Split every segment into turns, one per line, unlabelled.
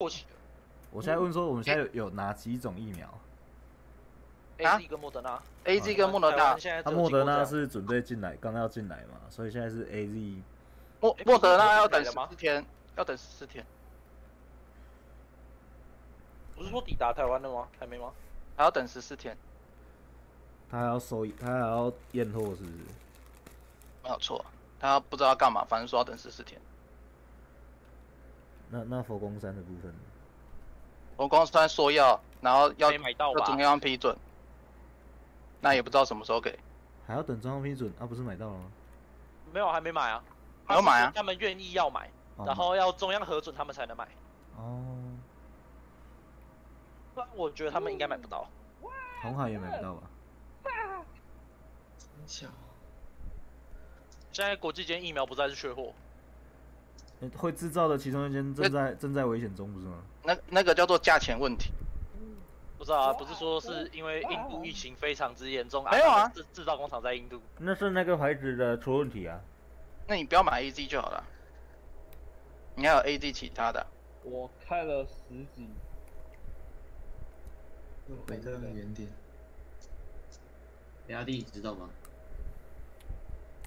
过期了。
我现在问说，我们现在
嗯
有有哪几种疫苗？
A
啊
Z 跟莫德纳
，A Z 跟莫德
啊台湾
纳，
现在只
他
有
啊莫
进口
德
这
纳
样
是准备进来，刚刚要进来嘛，所以现在是 A Z。
莫
哎
莫德纳要
不
等
是进来了
十
吗
四天，要等十四天，
不是说抵达台湾了吗？还没吗？
还要等十四天，
他还要收，他还要验货是不是？
没有错。他不知道要干嘛，反正说要等十四天。
那那佛光山的部分，
我光虽然说要，然后要
没买到
要
吧
中？央批准，那也不知道什么时候给。
还要等中央批准啊？不是买到了吗？
没有，还没买啊。
没有买啊
他是他们愿意要买，
哦
然后要中央核准，他们才能买。
哦，
不然我觉得他们应该买不到。
红海也买不到吧？
真小，
现在国际间疫苗不再是缺货，
诶会制造的其中一间正在正在危险中，不是吗？
那那个叫做价钱问题，
不知道啊，不是说是因为印度疫情非常之严重，
哦没有
他
啊
们制制造工厂在印度。
那是那个牌子的出问题啊。
那你不要买 A Z 就好了。你还有 A Z 其他的，
我看了十集，
又回到原点。压力知道吗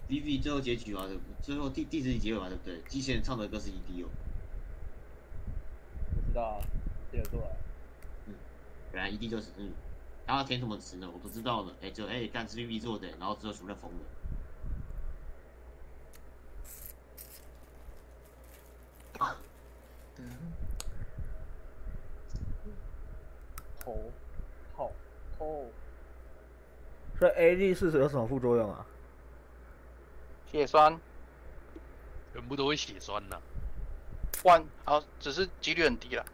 ？VV 最后结局嘛，啊对不对？最后第第十集结尾嘛，对不对？机器人唱的歌是 E EDO，
不知道啊，记得出来。
嗯本来 ED 就是嗯，然后填什么词呢？我不知道呢。哎、就哎，干、是 VV 做的，然后之后全部都疯了。
头，哦好，头，
所以 A Z 四十有什么副作用啊？
血栓
全部都会血栓呐、
万，然后只是几率很低了。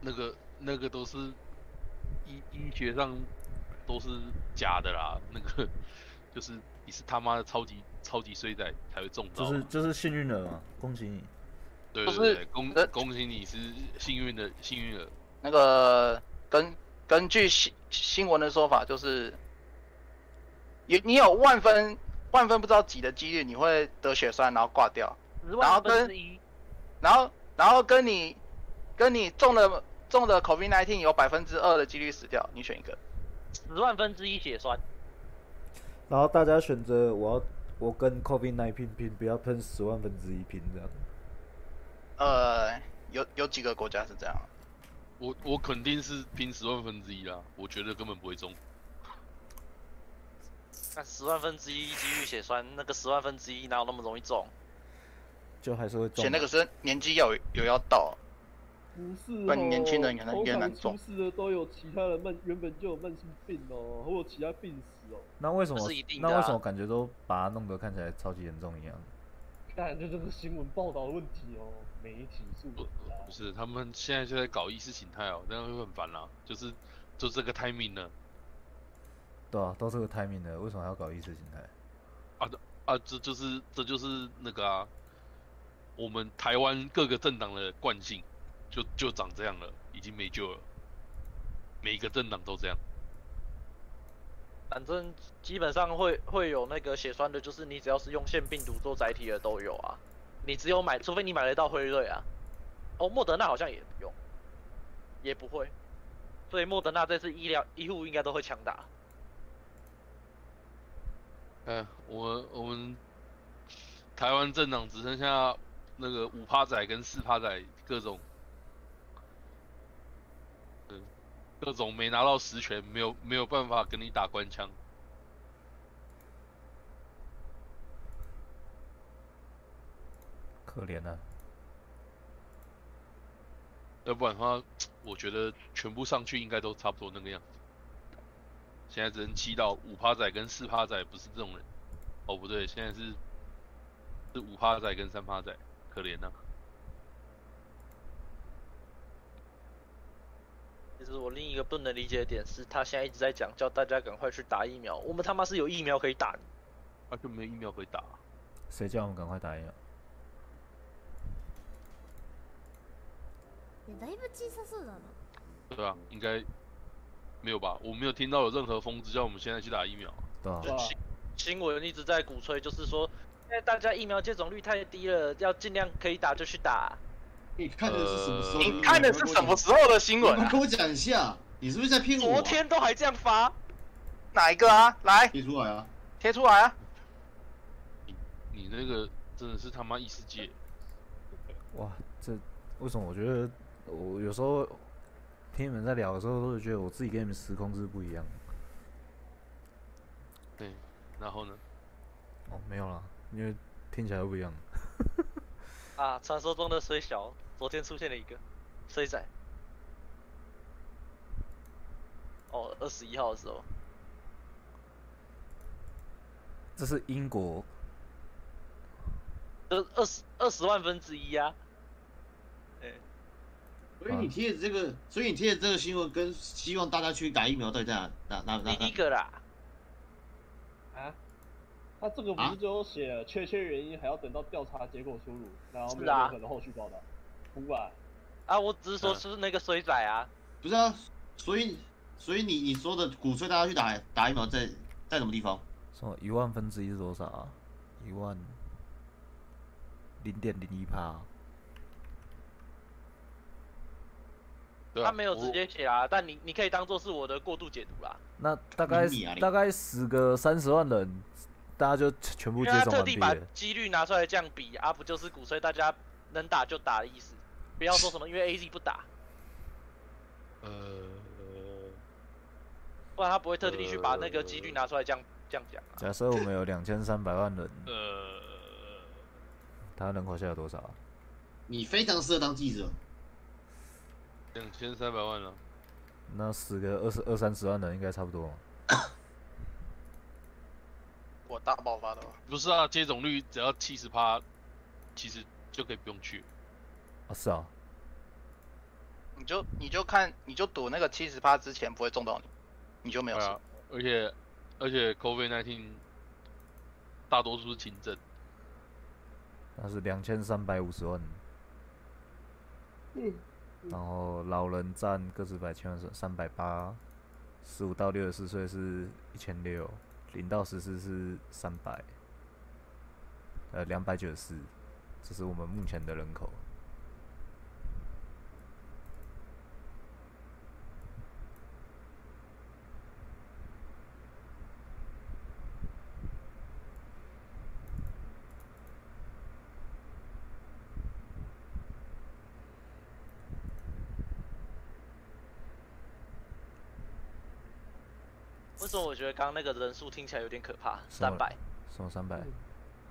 那个那个都是医医学上都是假的啦，那个就是你是他妈的超级超级衰仔才会中
就
招
哦
嘛，
是就是幸运儿嘛，恭喜你。
对
不
对
是
对，恭
呃
恭喜你是幸运的幸运儿，
那个根根据新新闻的说法，就是有你有万分万分不知道几的几率，你会得血栓然后挂掉，
十
然后
万
跟
分之一，
然后然后跟你跟你中了中了 COVID 1 9有百分之二的几率死掉，你选一个。
十万分之一血栓。
然后大家选择我要我跟 COVID 1 9拼，不要喷十万分之一拼这样。
呃，有有几个国家是这样，
我我肯定是拼十万分之一啦，我觉得根本不会中，
那十万分之一几率血栓，那个十万分之一哪有那么容易中？
就还是会
而
中啊
且
嘛。
那个时候年纪要有有要到，
不是
不
哦，
然年轻人可能越难中
通常出事的都有其他人慢，原本就有慢性病哦，或有其他病史哦，
那为什么
这是一定的啊
那为什么感觉都把它弄得看起来超级严重一样？
但这就是新闻报道的问题哦，媒体素
不
质啊
不。是他们现在就在搞意识形态哦，这样会很烦啦，就是就这个 timing 呢
对啊，都这个 timing 了，为什么还要搞意识形态？
啊，这就是这就是那个啊，我们台湾各个政党的惯性就就长这样了，已经没救了，每一个政党都这样。
反正基本上会会有那个血栓的，就是你只要是用腺病毒做载体的都有啊。你只有买，除非你买得到辉瑞啊。哦，莫德纳好像也不用，也不会。所以莫德纳这次医疗医护应该都会强打。
哎，我我们台湾政党只剩下那个五趴仔跟四趴仔各种，嗯，各种没拿到实权，没有没有办法跟你打官腔。
可怜啊！
要不然的话，我觉得全部上去应该都差不多那个样子。现在只能祈祷五趴仔跟四趴仔不是这种人。哦，不对，现在是是五趴仔跟三趴仔，可怜呐、
就是我另一个不能理解的点是，他现在一直在讲叫大家赶快去打疫苗，我们他妈是有疫苗可以打你，
啊，就没有疫苗可以打、啊
谁叫我们赶快打疫啊苗？
いやだいぶ小さそうだな
对吧、应该没有吧？我没有听到有任何风之叫我们现在去打疫苗啊。
对啊，
对吧？
新闻一直在鼓哎吹，就是说，现在大家疫苗接种率太低了，要尽量可以打就去打，
你看的是什么时候？
呃你看的是什么？时候的新
你
闻
们
啊？
跟我讲一下，你是不是在骗我、啊？
昨天都还这样发，
哪一个啊？来
贴出来啊！
贴出来啊！
你那个真的是他妈异世界，
哇，这为什么我觉得我有时候听你们在聊的时候，都会觉得我自己跟你们时空是不一样的。
对，然后呢？
哦，没有啦，因为听起来都不一样。
啊，传说中的水小，昨天出现了一个水仔。哦，二十一号的时候，
这是英国，
这二十二十万分之一啊！
哎
所以你贴的这个，所以你贴的这个新闻跟希望大家去打疫苗到底在哪哪哪哪
第一
哪？
个啦，
啊？他这个不是就写了确切原因，还要等到调查结果出炉，然后没
是
有
啊
任何的后续报道，胡吧？
啊，我只是说
嗯
是那个水仔啊，
不是啊，所以所以你你说的鼓吹大家去打打疫苗在在什么地方？
什么一万分之一是多少啊？一万零点零一帕。
对啊
他没有
我
直接写啊，但你你可以当做是我的过度解读啦，
那大概
你啊你
大概十个三十万人，大家就全
因
部
为
接
他
种
特
完
地
毕
把
了。
几率拿出来这样比啊，不就是鼓吹大家能打就打的意思？不要说什么因为 A Z 不打，
呃，
不然他不会特地去把那个几率拿出来这样这样讲啊。
假设我们有两千三百万人，
呃，
台湾人口现在有多少、啊？
你非常适合当记者，
两千三百万了，
那十个二十二三十万人应该差不多嘛。
我大爆发的吧？
不是啊，接种率只要七十趴，其实就可以不用去。
啊，是啊，
你就你就看你就赌那个七十趴之前不会中到你，你就没有
对
事。
啊，而且而且 COVID 1 9大多数是轻症，
那是两千三百五十万。然后老人占个子百千万三百八，十五到六十四岁是一千六，零到十四是三百，呃，两百九十四，这是我们目前的人口。
为什么我觉得刚刚那个人数听起来有点可怕？
什么
三百，
什么三百？
嗯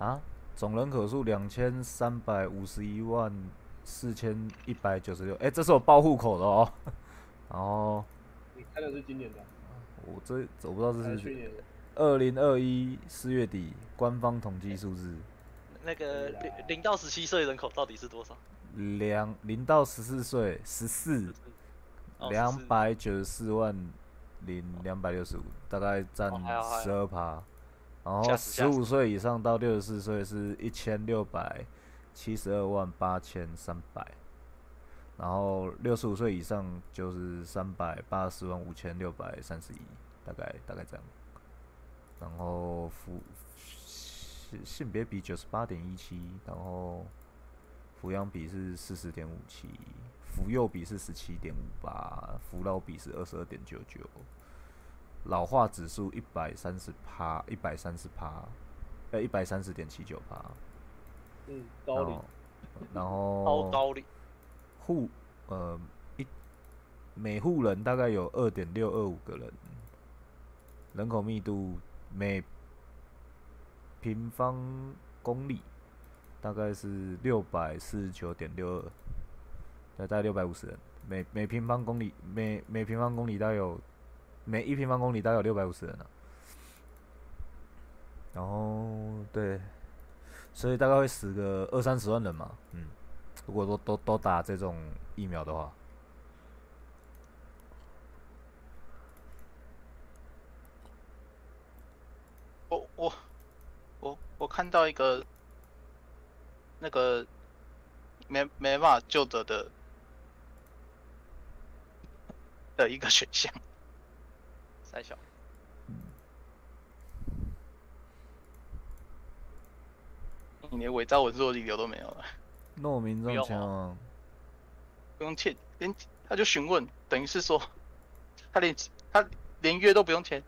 啊？总人口数两千三百五十一万四千一百九十六，哎，这是我报户口的哦。 然后
你看的是今年的，
我这我不知道这
还是去
是
年的？
二零二一四月底官方统计数字。
那个
对啦
零零到十七岁人口到底是多少？
两零到十四岁，十四
哦
嗯两
14
百九十四万零两百六十五，大概占
哦还好还
十二趴。然后
吓死
十
吓
五岁以上到六十四岁是一千六百七十二万八千三百，然后六十五岁以上就是三百八十万五千六百三十一，大概大概这样。然后服性性别比九十八点一七，然后抚养比是四十点五七，扶幼比是十七点五八，扶老比是二十二点九九，老化指数一百三十趴，一百三十趴，呃，一百三十点七九趴，
嗯，
然
高龄
后，然
超
后
高龄，
户呃一每户人大概有二点六二五个人，人口密度每平方公里大概是六百四十九点六二，大概六百五十人，每每平方公里每每平方公里大概有每一平方公里大概有六百五十人啊。然后对，所以大概会死个二三十万人嘛，嗯。如果都都都打这种疫苗的话，
我我我我看到一个那个没没办法救得的的一个选项，
三小。
你连伪造文书的理由都没有了。
那我民
不
众
用
前
哦
往
不用签，连他就询问，等于是说他连他连约都不用签，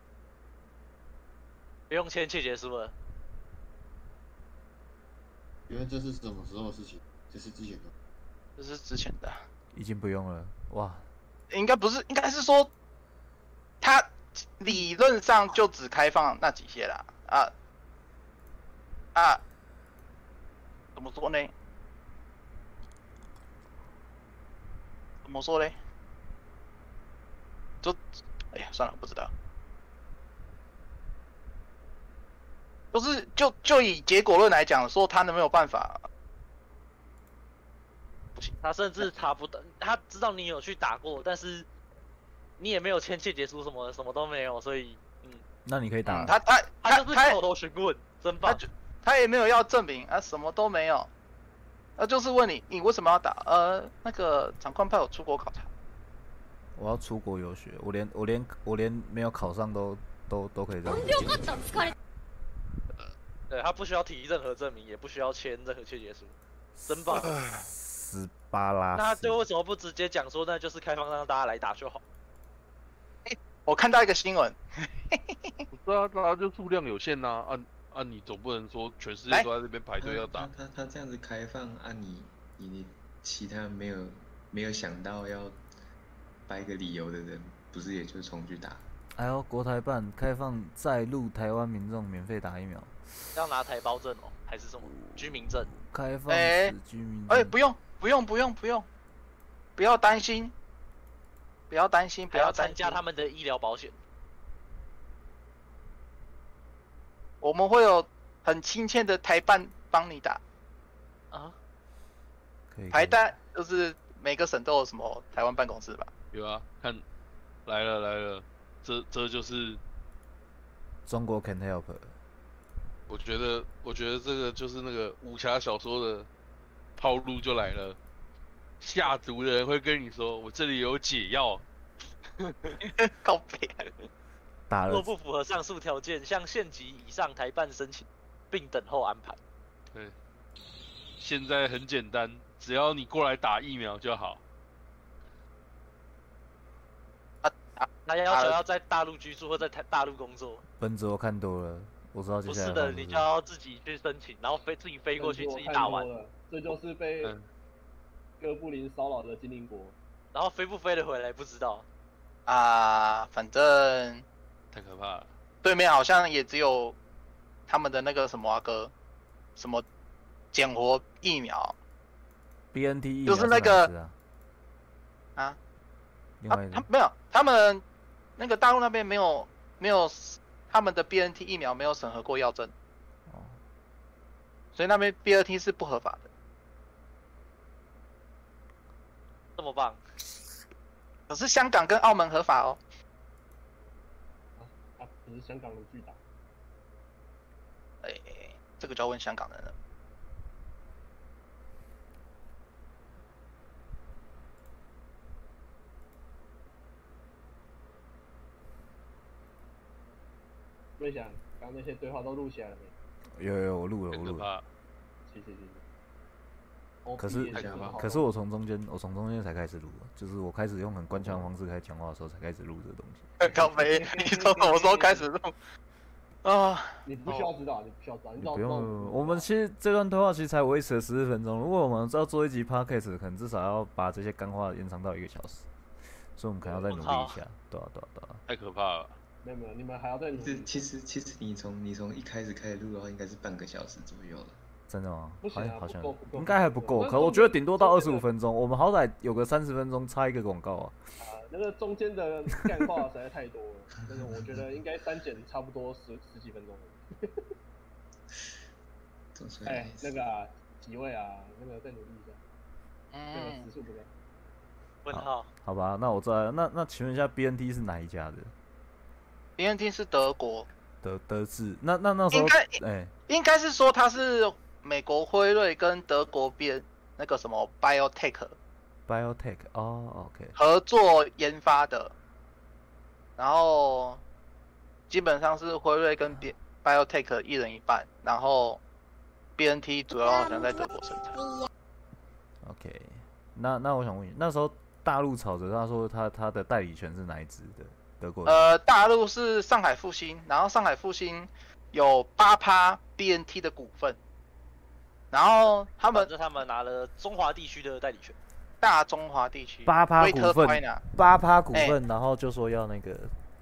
不用签切结书了。
因为这是什么时候的事情？这是之前的。
这是之前的啊，
已经不用了，哇，
应该不是，应该是说他理论上就只开放那几些啦啊啊，怎么说呢？怎么说嘞？就哎呀，算了，不知道。就是就就以结果论来讲，说他能没有办法，
他甚至查不到，他知道你有去打过，但是你也没有签切结书，什么的什么都没有，所以嗯，
那你可以打
嗯，他他
他
他
就是
他
口头询问，真
他
棒。
就他也没有要证明啊，什么都没有，啊，就是问你你为什么要打？呃，那个长官派我出国考察，
我要出国游学，我连我连我连没有考上都都都可以这样。
对他不需要提任何证明，也不需要签任何切结书，真棒。
斯巴拉
那
斯，
他最后为什么不直接讲说那就是开放让大家来打就好？
我看到一个新闻，
不是啊，大家就数量有限呐、啊，啊啊你总不能说全世界
来
都在这边排队要打，
他他他这样子开放啊你，你你其他没有没有想到要掰个理由的人，不是也就冲去打？
哎呦，国台办开放在陆台湾民众免费打疫苗，
要拿台胞证哦，还是什么居民证？
开放
哎
使居
嗯
民
哎、
证
不用不用不用不用，不要担心，不要担心，不
还要
担
参
心
加他，们的医疗保险。
我们会有很亲切的台办帮你打，
啊，
可以
嗯
台
可以
办就是每个省都有什么台湾办公室吧？
有啊，看来了来了，这这就是
中国 can help，
我觉得我觉得这个就是那个武侠小说的套路就来了，下毒的人会跟你说我这里有解药，
告别，
打
若
了
不符合上述条件，向县级以上台办申请，并等候安排。
现在很简单，只要你过来打疫苗就好。
他要
好
求
了
要在大陆居住或在台大陆工作，
本子我看多了，我知道接
不
下来
是
发
的，
生
你
什
就
么
要自己去申请，然后飞自己飞过去自己打完，
了，这就是被
嗯
哥布林骚扰的精灵国。
然后飞不飞得回来不知道。
啊，反正
太可怕了，
对面好像也只有他们的那个什么啊哥，什么减活疫苗
BNT 疫
就
苗
是
是
那
哪
个
一支啊，
啊，
另
啊
外一，个
他没有，他们那个大陆那边没有没有他们的 BNT 疫苗没有审核过药证，
哦
所以那边 BNT 是不合法的。
这么棒，
可是香港跟澳门合法哦，
啊，只是香港人巨打。
哎、这个就要问香港人了。
瑞想，刚刚那些对话都录起来了没？
有有我录了
太
我
可
录了，
怕了。
谢谢谢谢。哦
可是
毕业真好
可是我从中间我从中间才开始录的，就是我开始用很官腔的方式开始讲话的时候才开始录这个东西。
高 飞，你从什么时候开始弄？啊，
你不需要知道，你不需要知道，你
你
只要
不
知道
用，我们其实这段对话其实才维持了十四分钟。如果我们要做一集 podcast，可能至少要把这些干话延长到一个小时，所以我们可能要再努力一
嗯
下。对啊，对啊，对啊。
太可怕了，
没有没有，你们还要再努
这
力。
其实其实你从你从一开始开始录的话，应该是半个小时左右了。
真的吗？
不行啊
好像好像
不够不够
应该还不
不
够，
够
可我觉得顶多到
我
二
觉
十
得
五分钟。我们好歹有个三十分钟插一个广告啊。
啊，那个中间的干话实在太多了，但是我觉得应该删减差不多十十几分钟了。
总算
哎，那个啊，几位啊，那个再努力一下，那个
嗯
时，速不够。
问
好
号。
好吧，那我再来那那请问一下，BNT 是哪一家的？
BNT 是德国，
德德智？那那那时候
应该
哎、
应该是说它是美国辉瑞跟德国 B 那个什么 BioTech
b i o t e c h 哦，OK，
合作研发的，然后基本上是辉瑞跟 B BioTech 一人一半，然后 BNT 主要好像在德国生产。
OK，那那我想问你，那时候大陆吵着他说他他的代理权是哪一支的？德国的？
呃，大陆是上海复兴，然后上海复兴有八趴 BNT 的股份，然后他
反
们
正他们拿了中华地区的代理权，
大中华地区
八趴
威特
股份
China
八趴股
哎
份，然后就说要那个，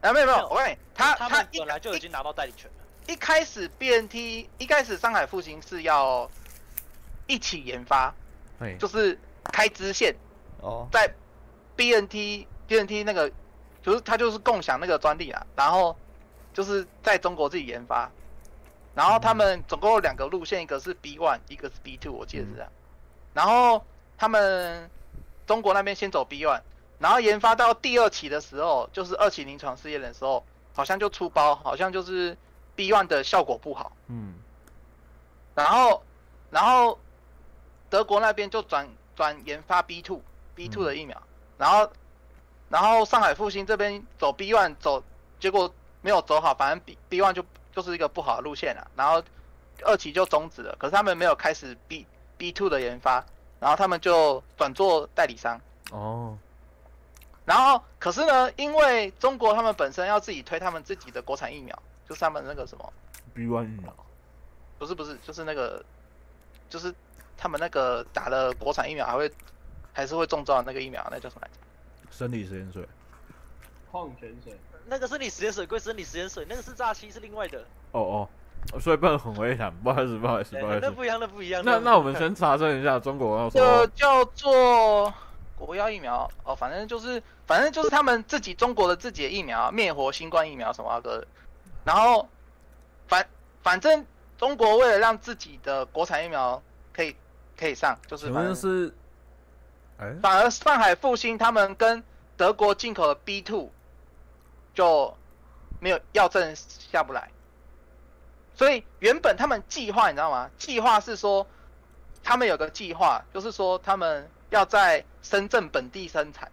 啊，没有没
没有
有，我告诉你，他
他
他
们
一
本来就已
一
经拿到代理权了。
一开始 BNT 一开始上海复兴是要一起研发，
哎，
就是开支线
哦，
在 BNT BNT 那个，就是它就是共享那个专利啊，然后就是在中国自己研发，然后他们总共有两个路线，一个是 B one，一个是 B two，我记得是这样。然后他们中国那边先走 B one，然后研发到第二期的时候，就是二期临床试验的时候，好像就出包，好像就是 B one 的效果不好。
嗯，
然后，然后德国那边就转转研发 B two B two
嗯
的疫苗，然后，然后上海复兴这边走 B one 走，结果没有走好，反正 B B one 就就是一个不好的路线了、然后二期就终止了，可是他们没有开始 B B two 的研发，然后他们就转做代理商。
哦，
然后，可是呢，因为中国他们本身要自己推他们自己的国产疫苗，就是他们那个什么
逼完疫苗，
不是不是，就是那个，就是他们那个打了国产疫苗还会还是会中招的那个疫苗，那叫什么来着？
生理实验水，
矿泉水，
那个生理实验水归生理实验水，那个是诈欺是另外的，
哦哦，所以不能混为一谈，不好意思，不好意思，
对
不
哎
好意
那
思。
不一样，那不一样。
那
不一
那我
样
们先查证一下中国要
哦
这
说，
叫做国药疫苗哦，反正就是反正就是他们自己中国的自己的疫苗，灭活新冠疫苗什么的，然后反反正中国为了让自己的国产疫苗可以可以上，就是
请
反
问
正
是，哎，
反而上海复兴他们跟德国进口的 B two 就没有药证下不来，所以原本他们计划你知道吗？计划是说他们有个计划，就是说他们要在深圳本地生产，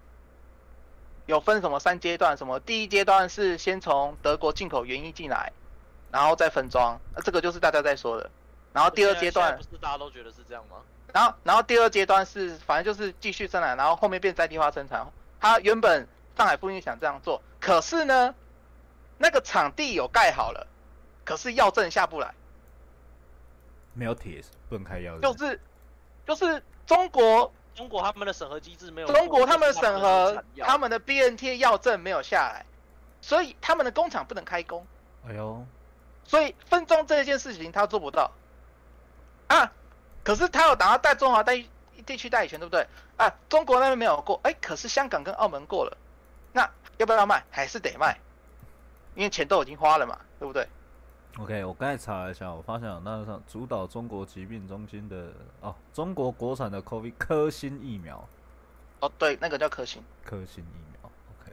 有分什么三阶段，什么第一阶段是先从德国进口原液进来，然后再分装，呃这个就是大家在说的。然后第二
现在
阶
啊现
段
在不是大家都觉得是这样吗？
然后，然后第二阶段是，反正就是继续生产，然后后面变在地化生产。他原本上海复兴想这样做，可是呢，那个场地有盖好了，可是药证下不来，
没有铁不能开
嗯
药，
就是就是中国
中国他们的审核机制没有做，
中国他们的
就是
审
的
核
产，药
他们的 BNT 药证没有下来，所以他们的工厂不能开工。
哎呦，
所以分装这件事情他做不到啊。可是他有打到带中华带地区代理权，对不对？啊，中国那边没有过，哎、可是香港跟澳门过了，那要不要卖？还是得卖，因为钱都已经花了嘛，对不对？
OK，我刚才查了一下，我发现有那上主导中国疾病中心的哦，中国国产的 COVID 科兴疫苗，
哦，对，那个叫可行。
科兴疫苗，OK，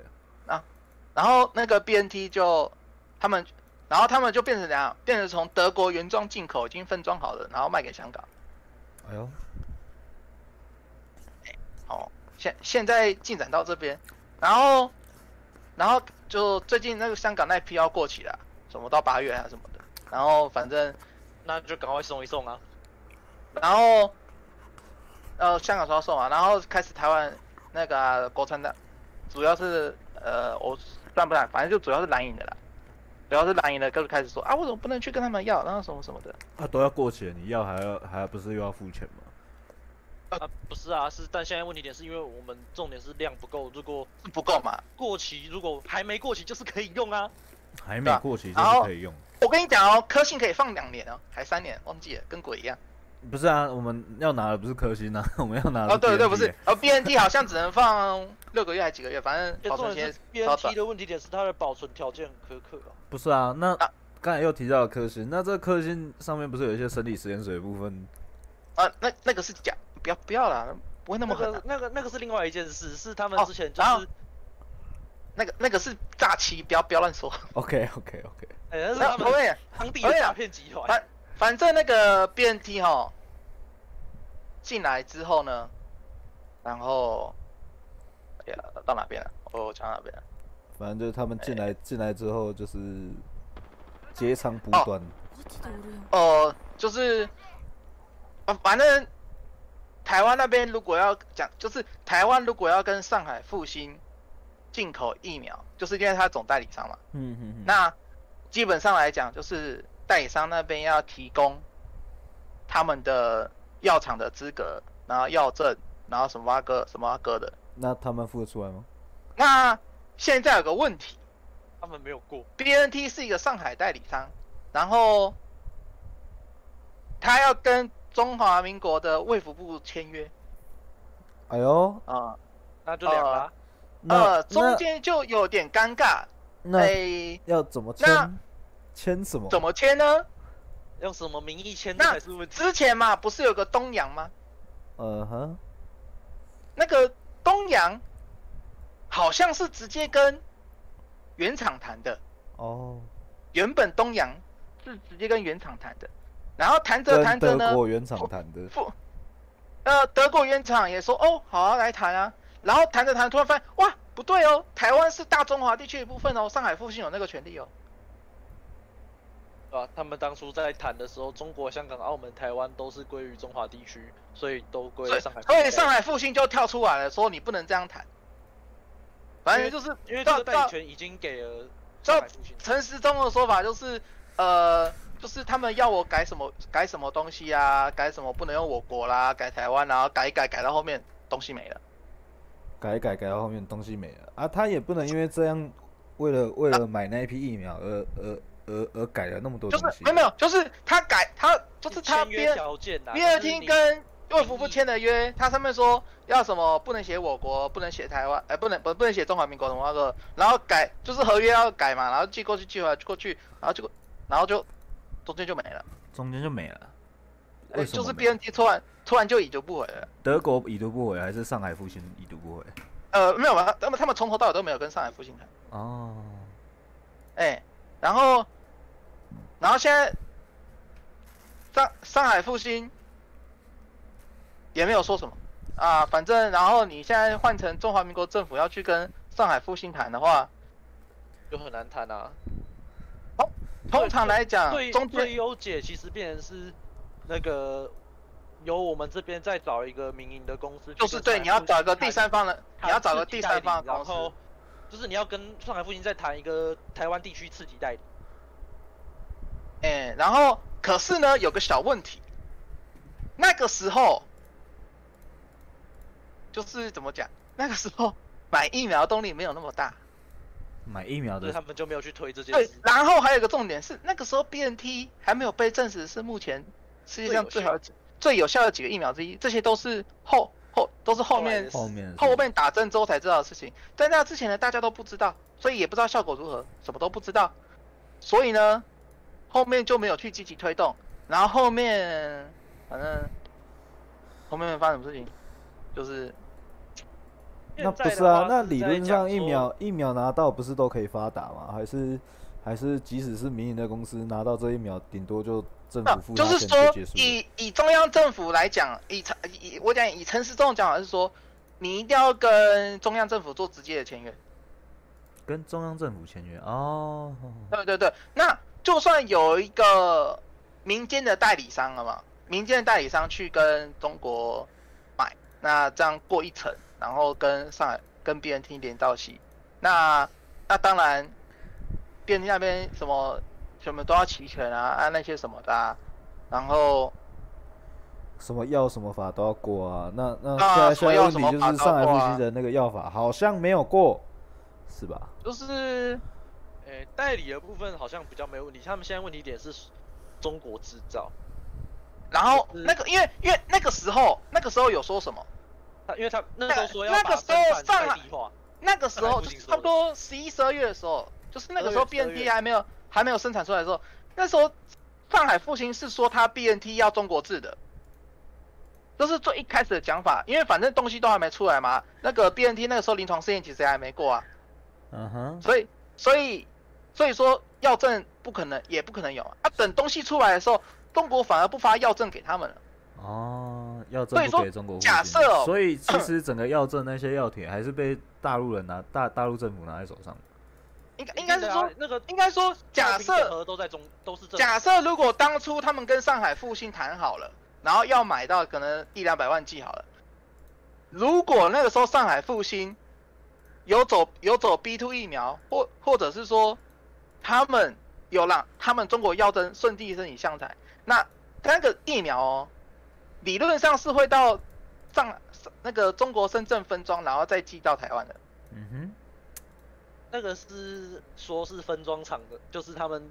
然后那个 BNT 就他们，然后他们就变成怎样？变成从德国原装进口，已经分装好了，然后卖给香港。
哎呦，
哦，现现在进展到这边，然后，然后就最近那个香港那批要过期了，什么到八月啊什么的，然后反正，
那就赶快送一送啊！
然后，呃，香港说要送啊，然后开始台湾那个啊、国产的，主要是呃，我算不算，反正就主要是蓝营的啦，主要是蓝营的，就开始说啊，我怎么不能去跟他们要，然后什么什么的，
啊都要过期了，你要还要还不是又要付钱吗？
呃
啊，不是啊，是但现在问题点是因为我们重点是量不够，如果
不够嘛，
过期，如果还没过期就是可以用啊。
还没
对啊
过期就
然
是
后
可以用，
我跟你讲哦，科信可以放两年哦，还三年，忘记了，跟鬼一样。
不是啊，我们要拿的不是科兴啊， 我们要拿的
哦，对对，不
BNT
是
欸，
哦，BNT 好像只能放六个月还几个月，反 正保存
欸重
期
点
限
是
超短
BNT 的问题点是它的保存条件苛刻啊。
不是啊，那
啊
刚才又提到了科兴，那这科兴上面不是有一些生理实验水的部分？
啊，那那个是假，不要不要啦，不会那
那
么狠啊、
个那个那个是另外一件事，是他们
哦
之前就
然后
是，
那个那个是诈欺，不要不要乱说。
OK OK OK，
哎，那是
那
他
不
们
会，
当地的
哎呀
诈骗集团。
反反正那个 BNT 哈进来之后呢，然后哎呀到哪边了？我讲到哪边了？
反正就是他们进来进来之后就是截长补
哦
短，
呃哦、就是啊，反正。呃台湾那边如果要讲，就是台湾如果要跟上海复兴进口疫苗，就是因为它总代理商嘛，
嗯嗯嗯，
那基本上来讲，就是代理商那边要提供他们的药厂的资格，然后药证，然后什么啊哥什么啊哥的。
那他们付得出来吗？
那现在有个问题
他们没有过，
，BNT 是一个上海代理商，然后他要跟中华民国的卫福部签约
哎呦，
啊，
那就凉啦。
那、
呃，中
那
间就有点尴尬，
那、
哎，
要怎么
那
签？签什么？
怎么签呢？
用什么名义签
那
才是问题？
之前嘛，不是有个东洋吗？
呃哼，
那个东阳好像是直接跟原厂谈的，
哦，
原本东阳是直接跟原厂谈的，然后谈着
跟
谈着呢
德，国原厂谈的，
不，呃，德国原厂也说哦，好啊，来谈啊，然后谈着谈，突然发现哇，不对哦，台湾是大中华地区的一部分哦，上海复兴有那个权利哦，
对吧、啊他们当初在谈的时候，中国、香港、澳门、台湾都是归于中华地区，所以都归
所以
上海。
所以上，海复兴就跳出来了，说你不能这样谈，反正就是
因为这
到
个代
到
理权已经给了
到
上海复兴。
陈时中的说法就是，呃，就是他们要我改什么改什么东西啊，改什么不能用我国啦，改台湾，然后改一改，改到后面东西没了。
改一改改到后面东西没了啊，他也不能因为这样，为了为了买那一批疫苗而而而而改了那么多
就
东
是
西，
没有没有，就是他改他就
你
是他
签约
边
条件呐、啊，
边二
就是
厅
你
跟卫福部签的约，他上面说要什么不能写我国，不能写台湾，哎、不能不不能写中华民国什么那个，然后改就是合约要改嘛，然后寄过去寄回来寄过去，然后就然后就中间就没了，
中间就没了。
哎
为什么
就是
没了
BNT 突然突然就已读不回了。
德国已读不回，还是上海复兴已读不回？
呃，没有吧？他们他们从头到尾都没有跟上海复兴谈，
哦，
哎、然后，然后现在上上海复兴也没有说什么啊，反正然后你现在换成中华民国政府要去跟上海复兴谈的话，
就很难谈啊。
通常来讲
最，
啊中
最
间
优解其实变成是那个由我们这边再找一个民营的公司去跟
就
上海复兴谈，
是对你要找一个第三方的，你
谈
要找个
次级
第
代
三
理
方的
然
公司
后。就是你要跟上海复兴再谈一个台湾地区次级代理，
哎、然后可是呢，有个小问题，那个时候就是怎么讲？那个时候买疫苗动力没有那么大。
买疫苗
所以他
的
们就没有去推这件
对
事，。
然后还有一个重点是，那个时候 BNT 还没有被证实是目前世界上最好的几最有效的几个疫苗之一，这些都是后后都是后面
后
后
面
面的
后面打针之后才知道的事情，在那之前呢，大家都不知道，所以也不知道效果如何，什么都不知道，所以呢，后面就没有去积极推动，然后后面反正后面发生什么事情，就是
那
现在
不是
的
啊
话？
那
是
理
在
论
讲
上疫
说
苗疫苗拿到不是都可以发打吗？还是还是即使是民营的公司拿到这疫苗，顶多就政府付
就
他
是
钱
说
结束了
以以中央政府来讲，以陈以我讲以陈时中的讲法是说，你一定要跟中央政府做直接的签约，
跟中央政府签约哦。
对对对，那就算有一个民间的代理商了嘛，民间的代理商去跟中国买，那这样过一层，然后跟上海跟 BNT 连到起，那那当然，BNT 那边什么什么都要齐全啊，啊那些什么的、啊，然后
什么药什么法都要过啊。那那
啊
现在
什么
现在问
药什
题就
么法
是
都
上海
过
复
啊
兴的那个药法好像没有过，是吧？
就是
诶、代理的部分好像比较没有问题，他们现在问题点是中国制造，
然后
就是
那个，因为因为那个时候，那个时候有说什么？
他因为他那
那
时候说要
那
把
个时候
分散
上
在
海
地化，
那个时候
本来不
就
行
是差不多十一、十二月的时候，就是那个时候
12月
BNT 还没有还没有生产出来的时候，那时候上海复兴是说他 BNT 要中国制的，这是最一开始的讲法，因为反正东西都还没出来嘛。那个 BNT 那个时候临床试验其实还没过啊，
嗯哼，
所以所以所以说药证不可能也不可能有啊。啊等东西出来的时候，中国反而不发药证给他们了。
哦，药
所
证
以
不
说
给中国户
假
籍
设哦
所以其实整个药证那些药帖还是被大陆人拿大大陆政府拿在手上。
应该应该是说，
啊那个
应该说假
药品
设
整合都在中都是这
假设如果当初他们跟上海复兴谈好了，然后要买到可能一两百万剂好了。如果那个时候上海复兴有走有走 B two 疫苗，或或者是说他们有让他们中国药针顺地生以向台，那那个疫苗哦，理论上是会到上那个中国深圳分装，然后再寄到台湾的。
嗯哼。
那个是说是分装厂的，就是他们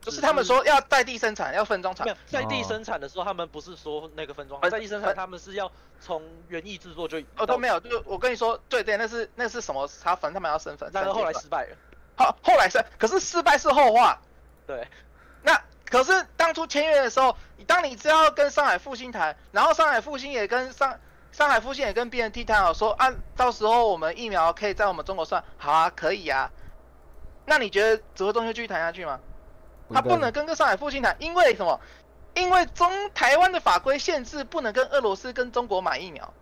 只，
就是他们说要在地生产，要分装厂
没。有在地
哦
生产的时候，他们不是说那个分装，
呃
在地生产
呃
他们是要从园艺制作就
哦，都没
有，
有，就我跟你说，对对，那是那是什么？他反正他们要生粉，
然
三
后后来
阶段
失败了。
后后来是，可是失败是后话。
对，
那可是当初签约的时候，当你知道跟上海复兴谈，然后上海复兴也跟上上海复兴也跟 BNT 谈好说啊，到时候我们疫苗可以在我们中国算，好啊，可以啊。那你觉得指挥中心继续谈下去吗？他啊不能跟跟上海复兴谈，因为什么？因为中台湾的法规限制不能跟俄罗斯跟中国买疫苗，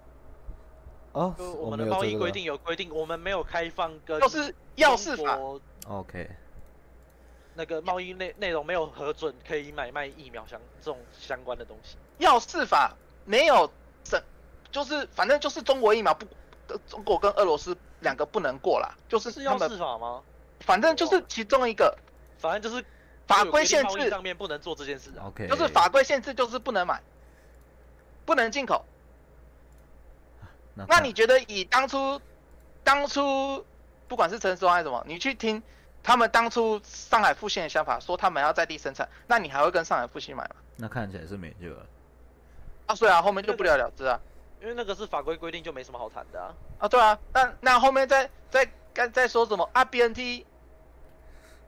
哦，
就是我
哦
们
没
的
有
贸
这
易
个
规
的
定有规定，我们没有开放跟
就是药事法。
中国
，OK，
那个贸易内内容没有核准可以买卖疫苗相这种相关的东西。
药事法没有审，就是反正就是中国疫苗不，呃中国跟俄罗斯两个不能过啦，就是
是
他
药
们
事法吗？
反正就是其中一个
反正就是
法
有规
规
定
限
贸易
制，
上面不能做这件事啊。
OK，
就是法规限制就是不能买，不能进口。
那
那
看
你觉得以当初当初不管是陈时中还是什么，你去听他们当初上海复兴的想法，说他们要在地生产，那你还会跟上海复兴买吗？
那看起来是没救了。
啊，所以啊，后面就不了了之啊。
因为那个是法规规定，就没什么好谈的啊。
啊，对啊，那那后面再再该再说什么啊？BNT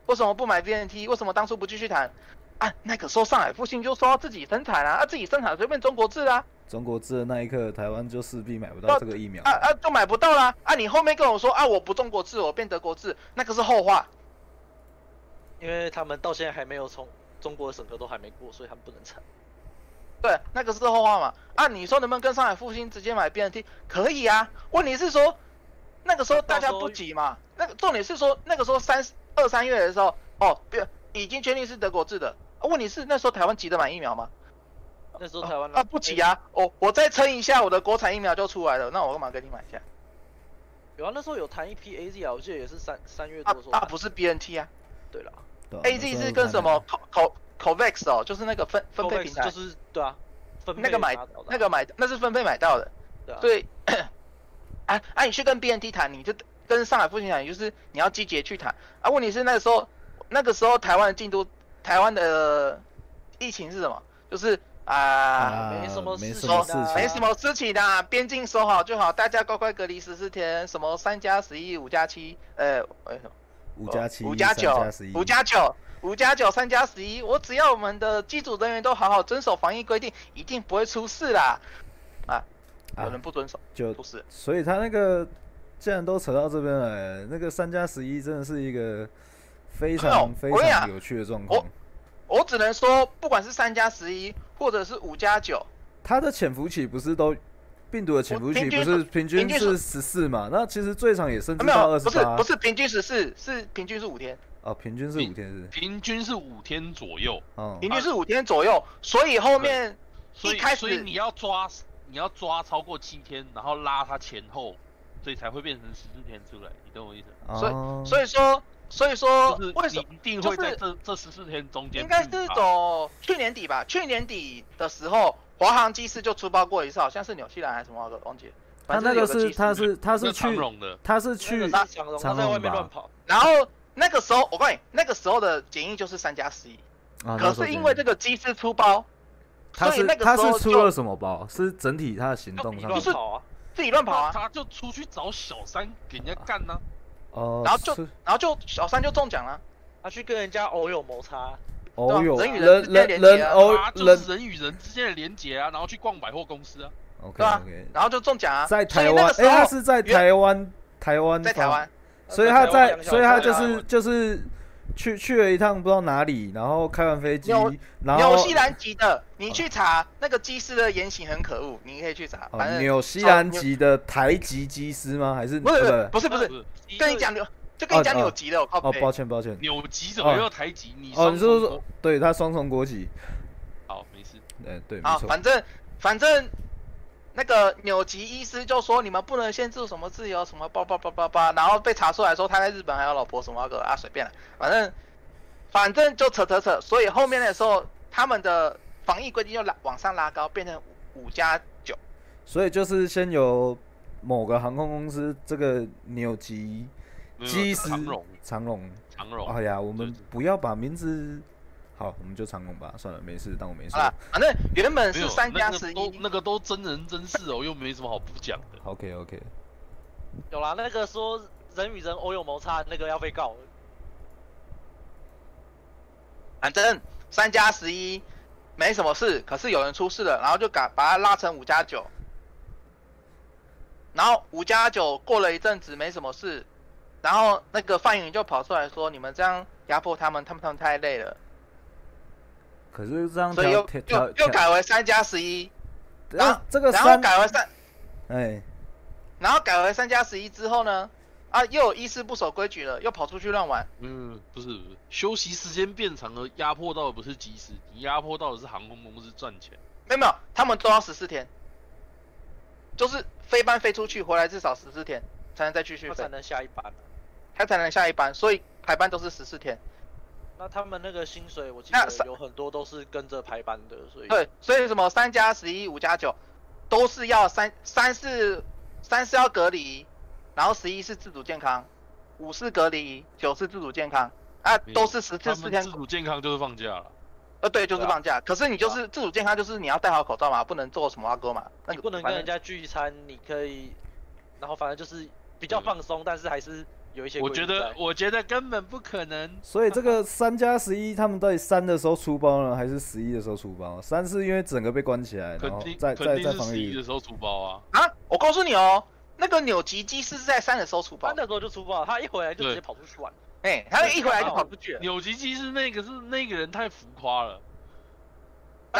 为什么不买 BNT？为什么当初不继续谈？啊，那个时候上海复兴就说要自己生产啊，啊自己生产随便中国制啊，
中国制的那一刻，台湾就势必买不
要
到这个疫苗
啊。啊就买不到啦。啊，你后面跟我说啊我不中国制，我变德国制，那个是后话。
因为他们到现在还没有从中国的审核都还没过，所以他们不能产。
对，那个是后话嘛。啊，你说能不能跟上海复兴直接买 BNT？可以啊。问题是说，那个时候大家不急嘛。那个重点是说，那个时候三二三月的时候，哦，不，已经确定是德国制的。啊问题是那时候台湾急着买疫苗吗？
那时候台湾哎
啊，不急啊。我、我再撑一下，我的国产疫苗就出来了。那我干嘛跟你买一下？
有啊，那时候有谈一批 AZ 啊，我记得也是三三月
啊
多说。哦
啊，不是 BNT 啊
对了
对啊
，AZ 呃是跟什么？口口 Covax 哦，就是那个分分配平台，
就是对啊，分配
那个买
拿到的啊
那个买那是分配买到的。
对啊，
所以， 啊啊，你去跟 BNT 谈，你就跟上海复兴谈，你就是你要积极地去谈啊。问题是那个时候，那个时候台湾的进度，台湾的疫情是什么？就是啊，
啊
没什么
没
事
什
情
么
啊
事情，
没什么事情的，边境守好就好，大家乖乖隔离十四天，什么三加十一、五加七，呃，呃什么
五加七，
五加九
三十一，、
五加九、五加九、三加十一。我只要我们的机组人员都好好遵守防疫规定，一定不会出事啦。啊，
啊
有人不遵守，
就
出事。
所以他那个既然都扯到这边来了，那个三加十一真的是一个非
没有
常非
哦我跟你
常
讲
有趣的状况
我。我只能说，不管是三加十一或者是五加九，
它的潜伏期不是都病毒的潜伏期
平
不
均
是
是
平
平
均
均
是十四嘛？那其实最长也甚
啊
至
没
到二
有，
十
不是
八
不，是平均十四，是平均是五天，
哦，平均是五天是，
平均是五天左右，
哦，
平均是五天左右，所以后面
所以
一开始
所以你要抓你要抓超过七天，然后拉它前后，所以才会变成十四天出来，你懂我意思？
所以
哦
所以说所以说
就
哦为
是
什么
你一定会
就是
在这、这十四天中间
应该是
遇到
走去年底吧？去年底的时候，华航机师就出包过一次，好像是纽西兰还是什么的，忘记了。
他
反
那
正
个
有
是
机师
他是他是
那长
去
荣的，
他是
那
去
个是长荣，他
长
在
荣
外面
吧
乱跑，
然后那个时候我告诉你，那个时候的检疫就是三加十一，
啊
可是因为这
个，
个机师出包，
他
所以
是
那个
他
时候
是出了
就
什么包？是整体他的行动
你
上
乱
面
就是
跑啊。
自己乱跑啊
那。他就出去找小三给人家干啊呢、
哦，
然后就是然后就小三就中奖了。
他去跟人家偶有摩擦，
哦
对
哟，
啊人与人
人
之
人
间连接
人
啊
哦
啊，就
人
是人与人之间的连结啊，然后去逛百货公司啊，
，OK
对啊
OK，
然后就中奖啊。
在
所以
台
那
湾，
个
哎，
时候
他是在
原
台湾台湾
在台
方
湾，
所以他在，
在
所以他
台湾
就
在台
是
湾
就是去去了一趟不知道哪里，然后开完飞机
纽，
然后
纽西兰籍的，你去查那个机师的言行很可恶，你可以去查。反
哦
正
纽西兰籍的台籍机师吗？还是
不是不是
呃
不是不是，
是
跟你讲纽就跟你讲
哦哦
纽籍的，我靠
哦，
北。
抱歉抱歉，
纽籍怎么又台籍？你
哦，
双
你
重
是
国
说对他双重国籍？
好没事，
呃，对，没
哎好，
错，
反正反正那个纽吉医师就说你们不能限制什么自由，什么叭叭叭叭叭，然后被查出来说他在日本还有老婆什么个啊，随便了，反正反正就扯扯扯，所以后面的时候他们的防疫规定就拉往上拉高，变成五五加九。
所以就是先由某个航空公司这个纽吉
没有
机师
长荣，
长荣，
长荣，
哎呀，我们
对
不要把名字，好，我们就长荣吧，算了，没事，当我没
好
说。
啊
啦，反正原本
没
是
有
三加
那
十
个都
一，
那个都真人真事哦，又 没什么好不讲的。
OK OK，
有啦，那个说人与人偶有摩擦，那个要被告了。
反正三加十一没什么事，可是有人出事了，然后就赶把它拉成五加九，然后五加九过了一阵子没什么事，然后那个范云就跑出来说：“你们这样压迫他们，他们他们太累了，
可是这样
所以
调
又
调调
又又改为三加十一，然后
啊这个
然后
三
改为三，
哎，
然后改为三加十一之后呢，啊，又有医师不守规矩了，又跑出去乱玩。
嗯，不是不是，休息时间变长了，压迫到的不是机师，你压迫到的是航空公司赚钱。
没有没有，他们都要十四天，就是飞班飞出去，回来至少十四天才能再继续
他
飞
才。”能下一班、啊。
他才能下一班，所以排班都是十四天。
那他们那个薪水，我记
那
得
三
有很多都是跟着排班的，所以
对，所以什么三加十一、五加九，都是要三三是三是要隔离，然后十一是自主健康，五是隔离，九是自主健康啊，都是十
他
四四
们
天
自。主健康就是放假了，
呃，对，就是放假。可是你就是自主健康，就是你要戴好口罩嘛，不能做什么阿哥嘛。那
你
个
不能
反
跟
正
人家聚餐，你可以，然后反正就是比较
嗯
对
放松，但是还是有一些
我
规矩
觉
在。
得我觉得根本不可能。
所以这 个三加十一，他们到底三的时候出包呢，还是十一的时候出包？三是因为整个被关起来，
肯
然后
定
再
肯
再
定
再
是
防
十一
疫
的。时候出包啊，
啊，我告诉你哦，那个纽吉机是在三的时候出包
他那，时候就出爆，他一回来就直接
对
跑出去玩，
哎、他一回来就跑
跑，出去了，
纽吉机师那个是那个人太浮夸了，
啊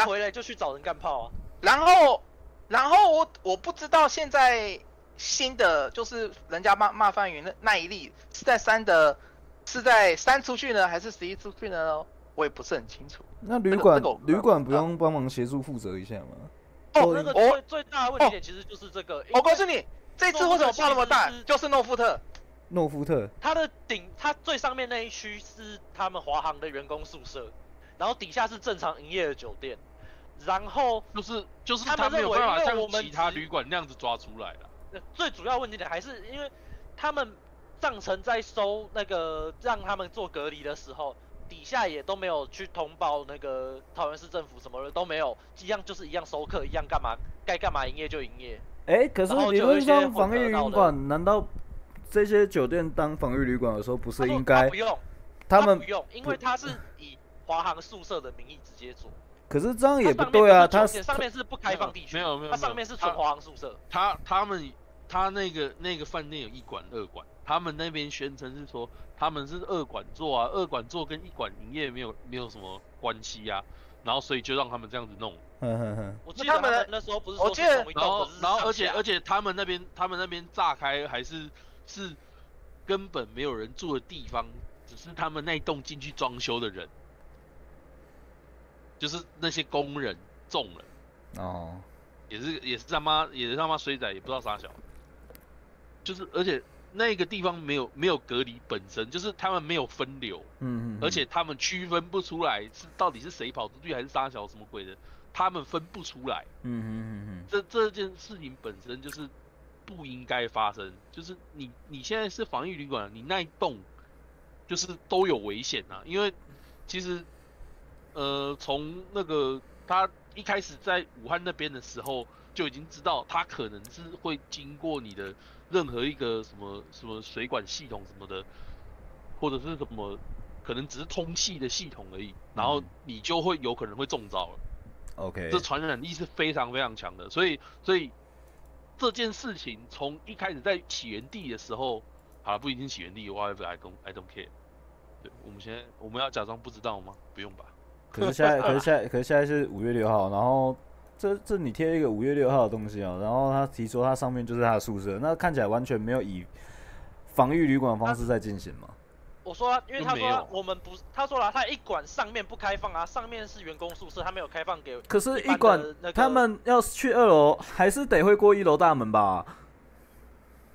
他回来就去找人干炮啊。
然后，然后我我不知道现在新的就是人家骂骂范云那那一例是在三的，是在三出去呢，还是十一出去呢？我也不是很清楚。
那
这
旅
个
馆
这个我不知
旅
道
馆不用帮忙协助负责一下吗？
哦
哦，
那个
我
最最大的问题点其实就是这个，因为
哦我告诉你，这次为什么爆那么
诺
大
夫特其实是，
就是诺夫特。
诺夫特
它的顶，它最上面那一区是他们华航的员工宿舍，然后底下是正常营业的酒店，然后
就是就是
他们
没有
认为
办法
因为我
像
们
其他
只
旅馆那样子抓出来了。
呃最主要问题点还是因为他们上层在收那个让他们做隔离的时候，底下也都没有去通报那个桃园市政府什么的都没有，一样就是一样收客，一样干嘛该干嘛营业就营业。
哎、可是
然后
理
就有
论
一些
上
混
防疫
合
旅
到的
馆，难道这些酒店当防疫旅馆的时候，不
他
是
说他
应该
不用，
他
他
们
不？用，因为他是以华航宿舍的名义直接做，
可是这样也
它
不
上面
对啊，
是酒
他
店上面是不开放地区，
没有没有没有
它上面是纯
它
华航宿舍。
他他们他那个那个饭店有一馆二馆，他们那边宣称是说他们是二馆做啊，二馆做跟一馆营业没有没有什么关系啊，然后所以就让他们这样子弄，
哼哼哼，
我记
那
得
他们
们那时候不是说
我记得
是同一栋
然后
可是是
然后
上
而且
下
而且他们那边他们那边炸开还是是根本没有人住的地方，只是他们那栋进去装修的人，就是那些工人中了，
哦，
也是也是他妈也是他妈水仔也不知道啥小，就是而且那个地方没有没有隔离本身，就是他们没有分流，
嗯嗯，
而且他们区分不出来是到底是谁跑出去还是杀小什么鬼的，他们分不出来。
嗯嗯嗯
这这件事情本身就是不应该发生，就是你你现在是防疫旅馆，你那一栋就是都有危险啊，因为其实呃从那个他一开始在武汉那边的时候就已经知道，他可能是会经过你的任何一个什么什么水管系统什么的，或者是什么。可能只是通气的系统而已，然后
嗯
你就会有可能会中招了。
哼，OK，
这传染力是非常非常强的，所以所以这件事情从一开始在起源地的时候，好了，不一定起源地，whatever，I don't I don't care。对，我们现在我们要假装不知道吗？不用吧。
可是现在，可是现在，可是现在是五月六号，然后这这你贴了一个五月六号的东西哦、然后他提出他上面就是他的宿舍，那看起来完全没有以防御旅馆的方式在进行嘛？
我说他，因为
又
他说
没
他
有
我们不是，他说了，啊他一馆上面不开放啊，上面是员工宿舍，他没有开放给。
可是，
一般
一
的
馆
那个
他们要是去二楼，还是得会过一楼大门吧？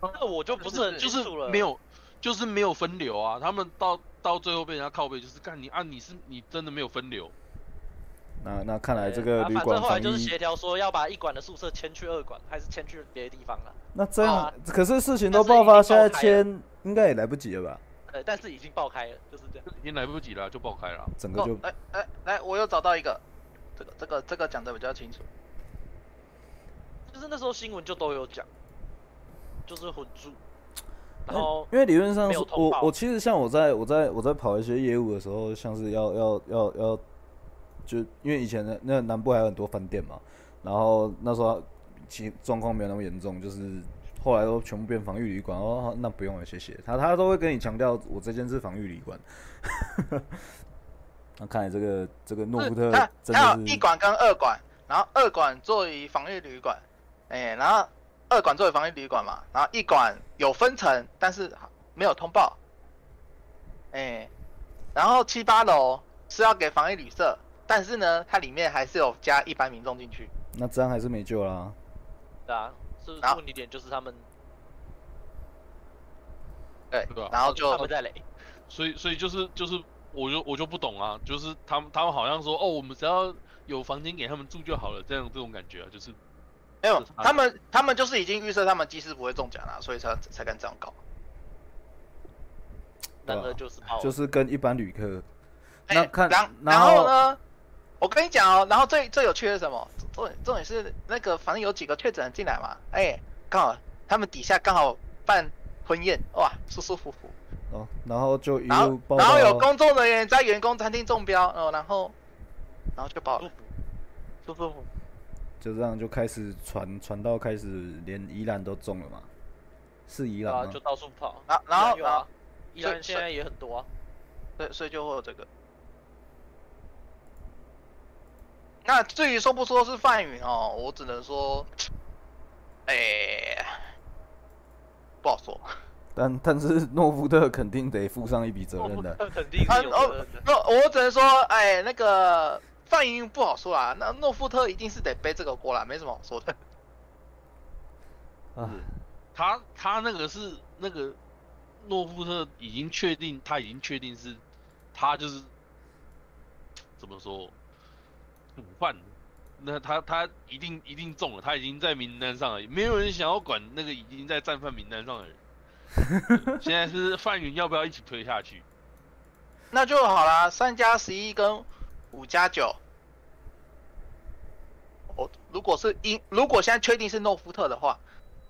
那我就不是很
就
清
是
楚了，
没有，就是没有分流啊。他们到到最后被人家靠背，就是干你啊，你是你真的没有分流。
那那看
对。
来这个
啊
旅
反
馆
正后来
防
就是
疫
协，调说要把一馆的宿舍迁去二馆，还是迁去别的地方了。
那这样
啊
可是事情
但
都
是
爆
已经
发，
爆
现在
开了
签应该也来不及了吧？
呃，但是已经爆开了，就是这样。
已经来不及了，就爆开了。
整个
哦
就，
来来来，我又找到一个，这个这个这个讲的比较清楚。
就是那时候新闻就都有讲，就是混住，然后
哎因为理论上
哦没
是
有通
我
报
我其实像我在我在我在跑一些业务的时候，像是要要要要，就因为以前的那南部还有很多饭店嘛，然后那时候其实状况没有那么严重，就是后来都全部变防御旅馆哦，好那不用了，谢谢他他都会跟你强调我这间是防御旅馆。 那看来这个这个
呃
诺福特
它
真
它
的
有
是
一馆跟二馆，然后二馆作为防御旅馆，哎、然后二馆作为防御旅馆嘛，然后一馆有分层，但是没有通报，哎、然后七八楼是要给防疫旅社，但是呢，它里面还是有加一般民众进去，
那这样还是没救啦、
对啊，是不
然
是
后
问题点就是他们
对
对啊，
然后
他
就
们在垒，
所以所以就是就是，我就我就不懂啊，就是他们他们好像说哦，我们只要有房间给他们住就好了，这样这种感觉啊，就是
没有
是，他
他们他们就是已经预设他们技师不会中奖了，所以才才敢这样搞。
然
对
而
啊
就是爆了
就是跟一般旅客。
哎
那看
然
然
然
后
后呢？我跟你讲哦，然后最最有趣的是什么？重点重点是那个，反正有几个确诊进来嘛，哎、刚好他们底下刚好办婚宴，哇，舒舒服服。
哦，然后就一
然
路
后
报
然后有
到
工作人员在员工餐厅中标，哦，然后然后就爆
舒
了，
服，舒舒服。
就这样就开始传传到开始连宜兰都中了嘛，是宜
对
兰
啊，
吗
就？到处跑。
然后然后
有
然后
啊，依然
所以
现在也很多啊。
对，所以就会有这个。那至于说不说是范云哦，我只能说，哎、不好说。
但但是诺夫特肯定得负上一笔责任的。
那肯定
啊
是有责
哦
任的，
那我只能说，哎，那个范云不好说啦，那诺夫特一定是得背这个锅啦，没什么好说的。
啊，
他他那个是那个诺夫特已经确定，他已经确定是他就是怎么说主犯，那他他一定一定中了，他已经在名单上了，没有人想要管那个已经在战犯名单上的人。对现在是范云要不要一起推下去？
那就好啦，三加十一跟五加九。我如果是因，如果现在确定是诺夫特的话，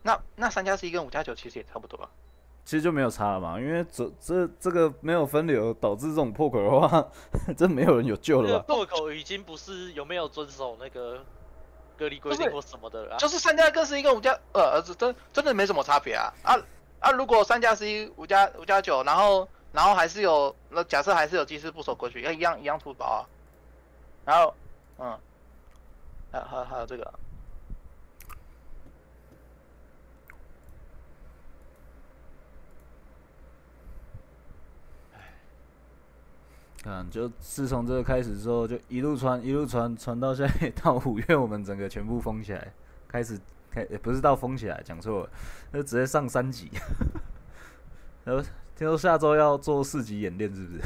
那那三加十一跟五加九其实也差不多了。
其实就没有差了嘛，因为这这这个没有分流导致这种破口的话， 真没有人有救
这个
了吧？
破口已经不是有没有遵守那个隔离规定
不
或什么的了啊。
就是三加跟十一跟五加呃，这真真的没什么差别啊啊啊！如果三加十一五加五加九，然后然后还是有那假设还是有技师不守规矩，要一样一样出包啊。然后嗯，还有还有还有这个，
嗯，就自从这个开始之后，就一路传一路传传到现在到五月，我们整个全部封起来，开始开、呃不是到封起来，讲错了，就直接上三级。 然后听说下周要做四级演练，是不是？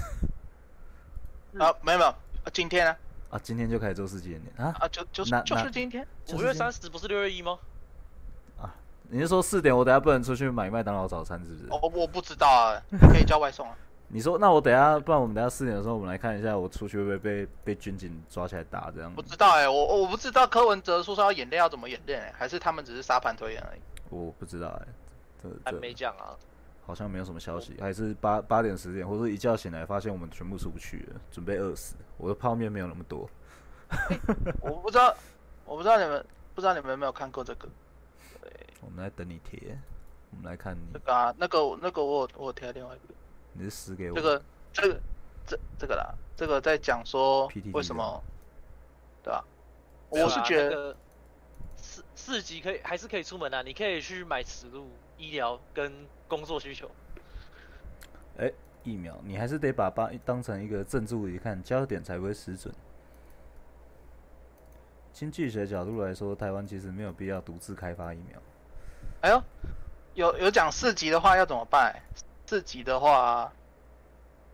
啊没有没有，今天呢
啊，今天就开始做四级演练啊？
啊就就是
那
就
那
是今天，
就
五
是
月
这样
三十不是六月一吗？
你是说四点我等下不能出去买麦当劳早餐是不是？
哦
我、我不知 道啊，可以叫外送啊。
你说那我等下，不然我们等下四点的时候，我们来看一下我出去会不会被被军警抓起来打这样
不。知道哎、我我不知道柯文哲说说要演练要怎么演练、欸，还是他们只是沙盘推演而已。
我不知道哎、
还
这
没
这
讲啊。
好像没有什么消息，还是八八点十点，或者一觉醒来发现我们全部出不去了，准备饿死。我的泡面没有那么多，
我不知道，我不知道你们不知道你们有没有看过这个
我们来等你贴。我们来看你
那，个啊，那个那个我有我有贴另外一个。
你是死给我
这个这个这这个啦，这个在讲说
PTT
为什么，对吧、
对啊
我是觉
那
得
个四四级可以还是可以出门啊，你可以去买食物、医疗跟工作需求。
疫苗，你还是得把八当成一个政治问题看，焦点才不会失准。经济学角度来说，台湾其实没有必要独自开发疫苗。
哎呦，有有讲四级的话要怎么办、四级的话，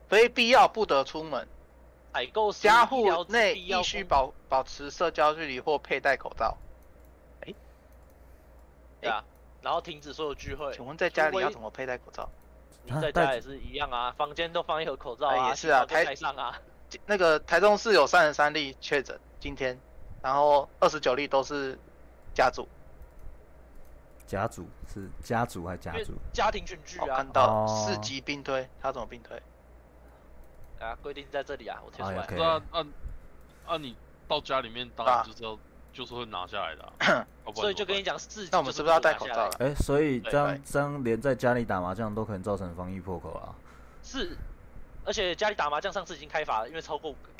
非必要不得出门，
采购是
家
医疗
户内
必要
必须
工
保保持社交距离或佩戴口罩。
对啊，然后停止所有聚会。
请问在家里
除非
要怎么佩戴口罩？
你在家也是一样啊，房间都放一盒口罩
哎
啊，
也是啊
洗澡就
台
戴上啊。
那个台中市有三十三例确诊，今天，然后二十九例都是家族，
家族是家族还家
因为
族？
家庭群聚
我、
啊
看，到
哦
四级并推，他怎么并推？
啊，规定在这里啊，我贴出
哎呀
来
可。以
那那那啊你到家里面当然就是要就是会拿下 来的啊，要
啊
不然怎么办
所以就跟你讲，自己
那我们
就是
不是要戴
拿
口
下
罩
来
了？
哎、所以
对
这样
对
这样连在家里打麻将都可能造成防疫破口啊！
是，而且家里打麻将上次已经开罚了，因为超过五个。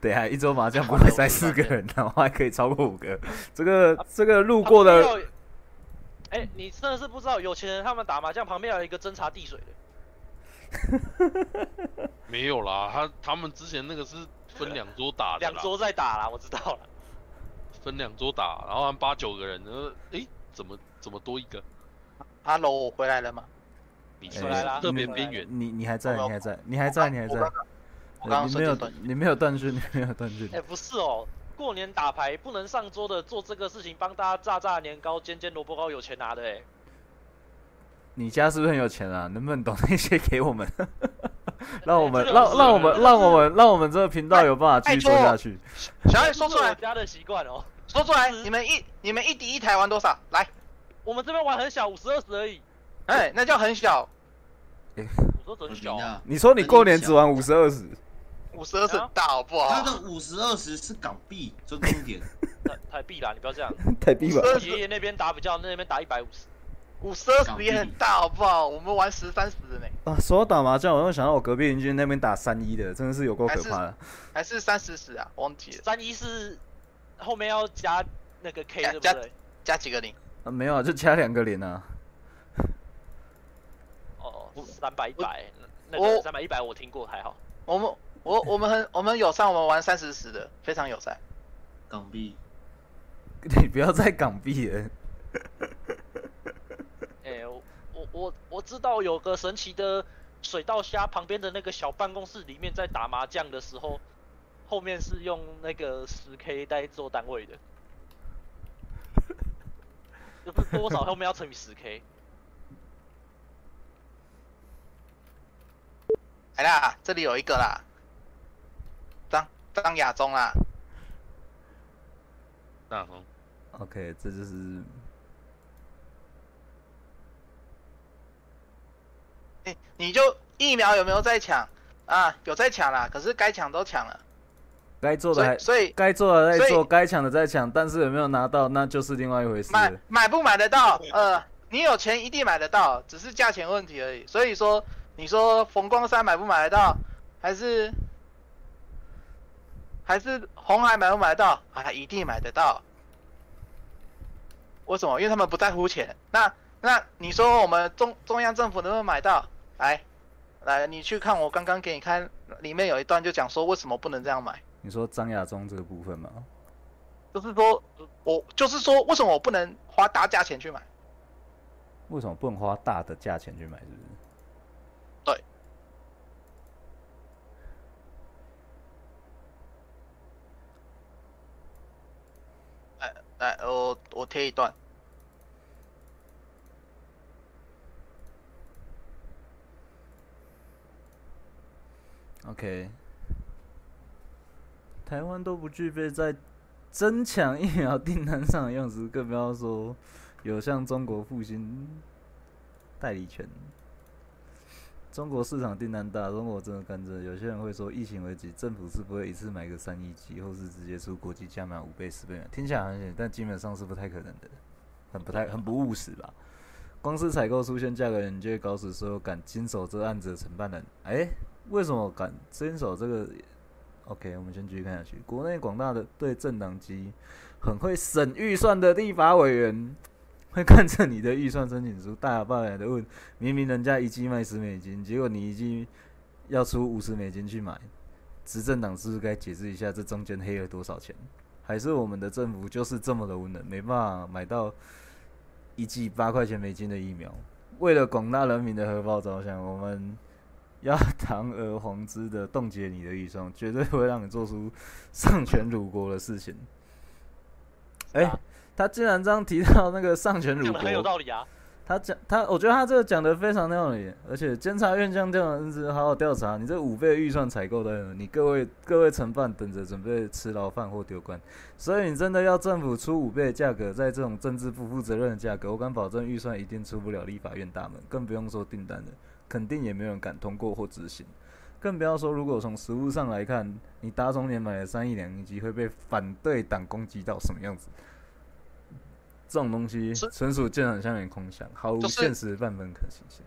对啊，一桌麻将不会才四个人，然后还可以超过五个。这个这个路
他
过
旁
的
边要有。哎、你真的是不知道，有钱人他们打麻将旁边还有一个侦察地水的，
没有啦，他他们之前那个是分两桌
啊
打的啦，
两桌在打啦，我知道了。
分两桌打，然后按八九个人，然后诶怎么怎么多一个？
哈喽，我回来了吗？
你
哎
是不是
啦
特别
你
边缘，
你你还在，
我
你还在，你还在，你还在
我。刚我刚刚
你
瞬
没有
间断，
你没有断讯，你没有断讯
哎、。不是哦，过年打牌不能上桌的，做这个事情帮大家炸炸年糕、煎煎萝卜糕，有钱拿的哎、
你家是不是很有钱啊？能不能懂那些给我们？ 让我们
这个
让
是
让我们
这个
让我们让我们这个频道有办法继续
拜
做
托
下去。
小爱
这
说
是
出
我
来，
家的习惯哦。
说出来，你们一你们一敌一台玩多少？来，
我们这边玩很小，五十二十而已。嗯
哎、那叫很小，
我说
我
很
觉
小、啊，
得
你说你过年只玩五十二十，
五十二是
啊
大好不
他
好？
的五十二十是港币，这重点。
台台币啦，你不要这样。
太低
吧
爷爷那边打比较，那边打一百五十。
五十二十也很大好不好？我们玩十三十的呢，
啊！说到打麻将，我又想到我隔壁邻居那边打三一的，真的是有够可怕的。
还是三十十啊？忘记了，
三一是后面要加那个 K
加
对不
加
对？
加几个零？
啊，没有啊，就加两个零啊。
哦，三百一
我
百，那
我
个三百一百我听过还好。
我们我我们很我们友善，我们玩三十十的，非常友善。
港币，
你不要再港币了，
哎、我我我我知道有个神奇的水稻虾旁边的那个小办公室里面，在打麻将的时候，后面是用那个十 K 在做单位的， 就是多少后面要乘以十 K。
来啦，这里有一个啦，张张亚中啦，
大亨
OK，这就是
哎、你就疫苗有没有在抢啊？有在抢啦，可是该抢都抢了，
该做的
所
还
以所以
该做的在
所以
做，该抢的在抢，但是有没有拿到那就是另外一回事
买
了。
买不买得到？呃，你有钱一定买得到，只是价钱问题而已。所以说，你说冯光山买不买得到，还是还是红海买不买得到啊？一定买得到。为什么？因为他们不在乎钱。那那你说我们中中央政府能不能买到？来来，你去看我刚刚给你看，里面有一段就讲说为什么不能这样买。
你说张亚中这个部分吗？
就是说，我就是说，为什么我不能花大价钱去买？
为什么不能花大的价钱去买？是不是？
来，我我贴一段。
OK，台湾都不具备在增强疫苗订单上的用词，更不要说有向中国复兴代理权。中国市场订单大，中国真的干这。有些人会说，疫情为己，政府是不会一次买个三亿剂，或是直接出国际价码五倍、十倍嘛听起来很险，但基本上是不太可能的，很不太很不务实吧。光是采购出现价格人，你就会搞死所有敢经手这案子的承办人。哎、为什么敢遵守这个？OK，我们先继续看下去。国内广大的对政党及很会省预算的立法委员，会看着你的预算申请书，大摇大摆的问，明明人家一季卖十美金，结果你一季要出五十美金去买，执政党是不是该解释一下这中间黑了多少钱？还是我们的政府就是这么的无能，没办法买到一剂八块钱美金的疫苗？为了广大人民的荷包着想，我们要堂而皇之的冻结你的预算，绝对不会让你做出丧权辱国的事情。哎、他竟然这样提到那个丧权辱
讲的
国，
很有道理啊。
他讲他，我觉得他这个讲的非常有道理，而且监察院将调查认知好好调查，你这五倍的预算采购的，你各位各位承办等着准备吃牢饭或丢官，所以你真的要政府出五倍的价格，在这种政治不负责任的价格，我敢保证预算一定出不了立法院大门，更不用说订单了，肯定也没有人敢通过或执行。更不要说，如果从实物上来看，你打肿脸买了三亿两亿机，会被反对党攻击到什么样子？这种东西
是
纯属建厂下面空想，毫无
就是
现实半分可行性。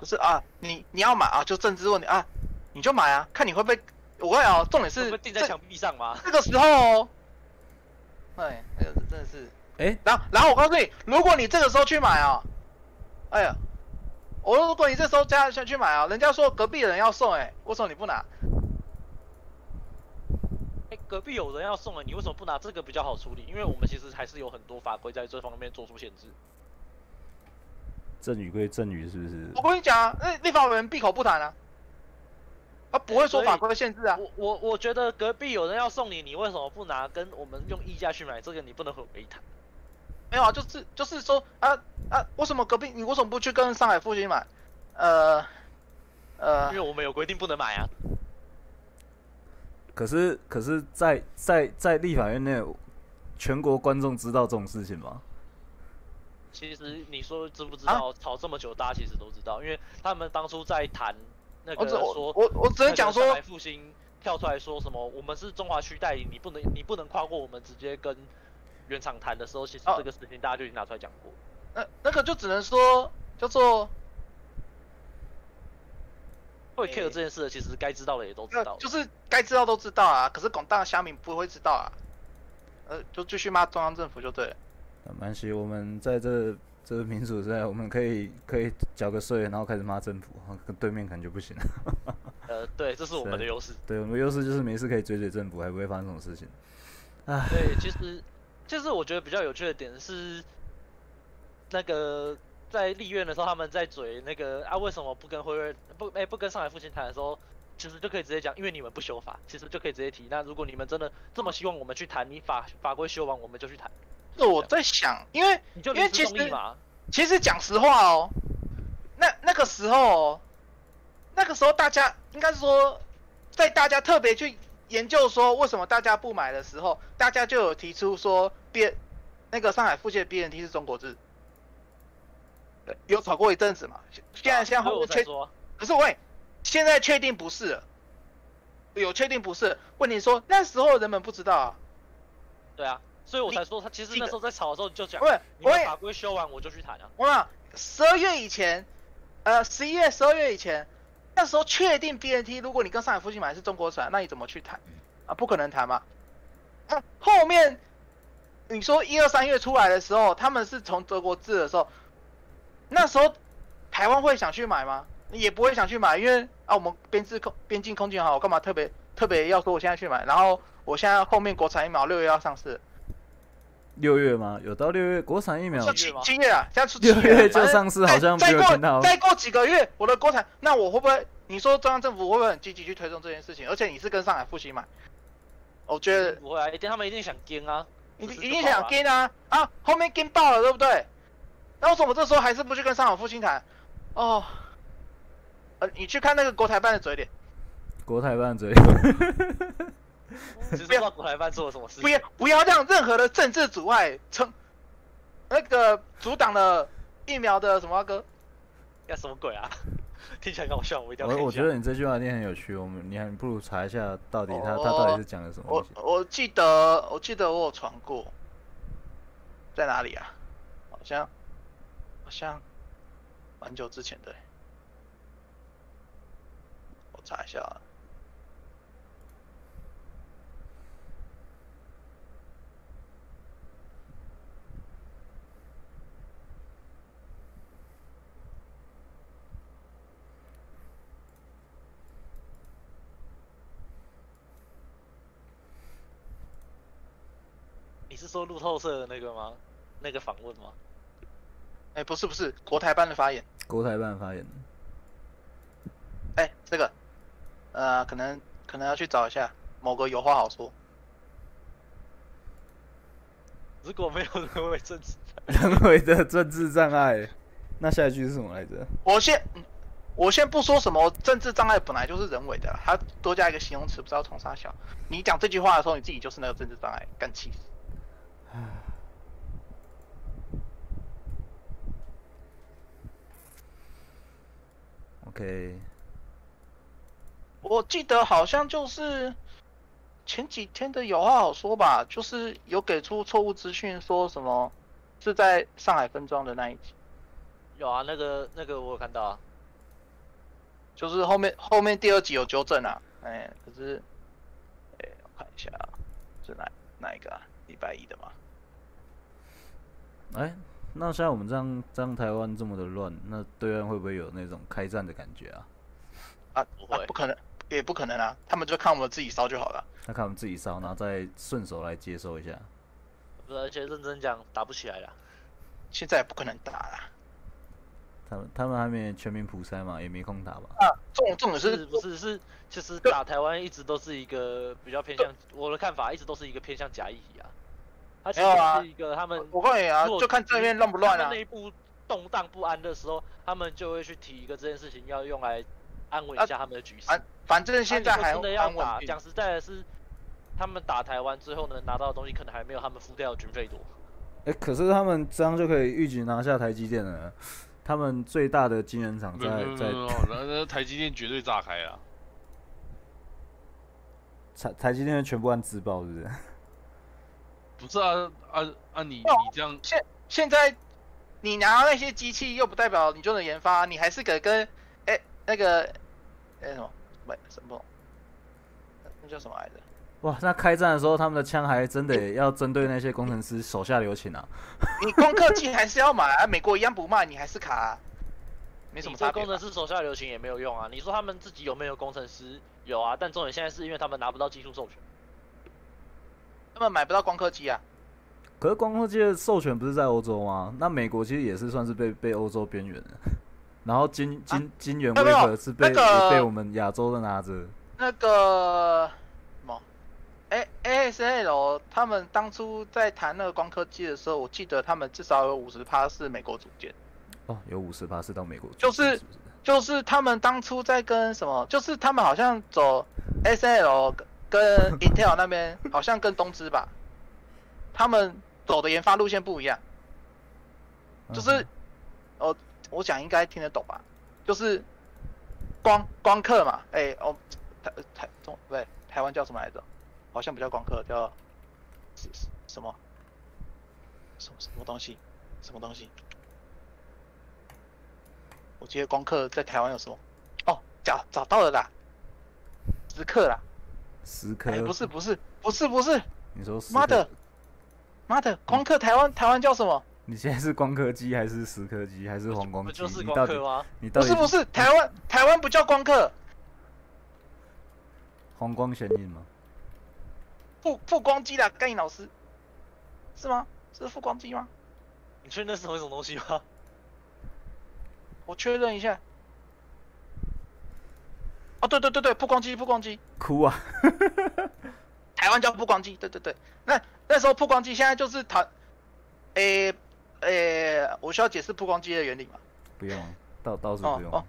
就是啊，你你要买啊，就政治问题啊，你就买啊，看你会不会。我跟你讲哦，重点
是
是
定在
这
墙壁上吗？
这个时候哦，哎，那个真的是，
哎
然后然后我告诉你，如果你这个时候去买啊、哎呀，我说如果你这时候加下去买啊、人家说隔壁的人要送、哎，为什么你不拿？
哎，隔壁有人要送了，你为什么不拿这个比较好处理？因为我们其实还是有很多法规在这方面做出限制。
赠与归赠与，是不是
我跟你讲啊，那立法委员闭口不谈啊，他不会说
所以
法规限制啊，
我我我觉得隔壁有人要送你，你为什么不拿？跟我们用溢价去买这个，你不能混为一谈。
没有啊，就是就是说啊啊，为什么隔壁你为什么不去跟上海复兴买？呃呃
因为，我们有规定不能买啊。
可是，可是在在在立法院内，全国观众知道这种事情吗？
其实你说知
啊
不知道，吵这么久，大家其实都知道，因为他们当初在谈那个
我只
说
哦我我我只能讲说，
白复兴跳出来说什么，我们是中华区代理，你不能你不能跨过我们直接跟原厂谈的时候，其实
哦
这个事情大家就已经拿出来讲过。
那呃那个就只能说叫做，
会
诶
care 这件事的，其实该知道的也都知
那
道了。
哎就是该知道都知道啊，可是广大乡民不会知道啊，呃，就继续骂中央政府就对了。
那蛮行，我们在这这民主时代，我们可以可以缴个税，然后开始骂政府，哦跟对面可能就不行了。
呃，对，这是我们的优势。
对，我们的优势就是没事可以追追政府，还不会发生什么事情。
对，其实其实我觉得比较有趣的点是，那个在立院的时候，他们在嘴那个啊，为什么不跟辉瑞不哎、不跟上海复兴谈的时候，其实就可以直接讲，因为你们不修法，其实就可以直接提。那如果你们真的这么希望我们去谈，你法法规修完我们就去谈，
那我
啊
在想，因为
你就
因为
临时
其
动
实
议嘛。
其实讲实话哦，那那个时候、哦，那个时候大家应该是说，在大家特别去研究说为什么大家不买的时候，大家就有提出说 B 那个上海复兴的 BNT 是中国制，对有吵过一阵子嘛。现现在现在
所以啊
后
我
面
才
确
说，
可是喂，现在确定不是了，有确定不是？问题说那时候人们不知道啊，
对啊，所以我
你
才说他其实
记
那
得
时候在吵的时候就讲，
喂
你们
喂
法，规修完我就去谈啊。
我想十二月以前，呃，十一月、十二月以前，那时候确定 BNT，如果你跟上海复兴买的是中国船，那你怎么去谈？啊，不可能谈嘛。啊，后面你说一二三月出来的时候，他们是从德国制的时候，那时候台湾会想去买吗？也不会想去买，因为啊，我们边制空边境空气很好，我干嘛特别特别要说我现在去买？然后我现在后面国产疫苗六月要上市，
六月吗？有到六月国产疫苗
说
七
七
月吗
七月啊，现在出七
六月
反
就
正
上市，好像没
再
有
再
看到
过。再过几个月，我的国产，那我会不会？你说中央政府会不会很积极去推动这件事情？而且你是跟上海复兴买，我觉得
不会啊，一定他们一定想跟啊。
你
不是
呃一定
就爆
想
了
跟啊啊，后面跟爆了，对不对？那为什么这时候还是不去跟上海复兴谈？哦，呃，你去看那个国台办的嘴脸，
国台办嘴，
只是不知道国台办做了什 么事情。
不要不要让任何的政治阻碍成那个阻挡了疫苗的什么啊哥，
干什么鬼啊？ 听起来很好笑，我一定要看一
我
下。
我觉得你这句话一定很有趣，我们你还不如查一下到底他、
哦
他到底是讲了什么东
我
西。
我记得我记得我有传过，在哪里啊？好像好像蛮久之前的欸，我查一下啊。
是说路透社的那个吗？那个访问吗？
哎、不是不是，国台办的发言。
国台办发言人，
哎、这个，呃，可能可能要去找一下某个有话好说。
如果没有 人为政治，
人 为的政治障碍。那下一句是什么来着？
我先嗯我先不说什么政治障碍本来就是人为的啦，啊他多加一个形容词，不知道从啥小。你讲这句话的时候，你自己就是那个政治障碍，干气死。
OK，
我记得好像就是前几天的有话好说吧，就是有给出错误资讯，说什么是在上海分装的那一集，
有啊，那个那个我有看到啊，
就是后面后面第二集有纠正啊，哎，可是，哎，我看一下啊是哪哪一个啊？礼拜一的嘛，
哎、那像我们这样这样台湾这么的乱，那对岸会不会有那种开战的感觉啊？
啊
不
啊
会，
不可能，也不可能啊，他们就看我们自己烧就好了。
那看我们自己烧，然后再顺手来接收一下。
不是而且认真讲打不起来啦。
现在也不可能打啦。
他们他们还没全民普筛嘛，也没空打吧？
重重点
是
是
不是是，其实打台湾一直都是一个比较偏向我的看法，一直都是一个偏向假议题啊。它其
没有
实
啊
是一个他们
我告诉你啊
如，果
就看正面乱不乱
他
啊
们。内部动荡不安的时候，他们就会去提一个这件事情，要用来安慰一下他们的局势。
反反正现在
啊你说
还
真的要
安稳
打，
定
讲实在的是，他们打台湾最后能拿到的东西，可能还没有他们付掉的军费多。
哎、可是他们这样就可以预警拿下台积电了。他们最大的晶圆厂
没有没
在
有没
哦在
有没有，那那台积电绝对炸开啊！
台台积电全部按自爆，是不是？
不是啊啊啊！你你
没有
这样
现在你拿到那些机器，又不代表你就能研发，你还是得跟哎、那个哎、什么不什么那叫什么来着？
哇，那开战的时候，他们的枪还真的要针对那些工程师手下留情啊！
你光刻机还是要买啊，美国一样不卖，你还是卡啊、没
你
什么
对
差别
工
吧
程。师手下留情也没有用啊。你说他们自己有没有工程师？有啊，但重点现在是因为他们拿不到技术授权。
他们买不到光刻机啊，
可是光刻机的授权不是在欧洲吗？那美国其实也是算是被被欧洲边缘的，然后金金金元
没
威
有没有
格是被、
那个
被我们亚洲的拿着。
那个什么。哎，ASL 他们当初在谈那个光刻机的时候，我记得他们至少有五十趴是美国组件。
哦，有五十趴是到美国去，
就是
不是
就是他们当初在跟什么，就是他们好像走 S L 跟 Intel 那边，好像跟东芝吧，他们走的研发路线不一样。就是哦
嗯
我讲应该听得懂吧？就是光光刻嘛，哎、哦，台台中不对，台湾叫什么来着？好像不叫光刻，叫是是什么什么什么东西？什么东西？我记得光刻在台湾有什么？哦，找找到了啦，时刻啦，
时刻、
哎、不是不是不是不是，
你说时刻
妈的，妈的，光刻台湾台湾叫什么？
你现在是光刻机还是时刻机还是黄光
不
机？
就是
你
光
到底
刻吗？
你到
哦不
底
是不是，台湾台湾不叫光刻，
黄光显影吗？
复复光机啦，甘颖老师，是吗？是复光机吗？
你确定那是同一种东西吗？
我确认一下。哦，对对对对，复光机，复光机，
哭啊！
台湾叫复光机，对对对。那那时候复光机，现在就是台，诶、诶、我需要解释复光机的原理嘛？
不用，到到处
哦
不用。嗯
哦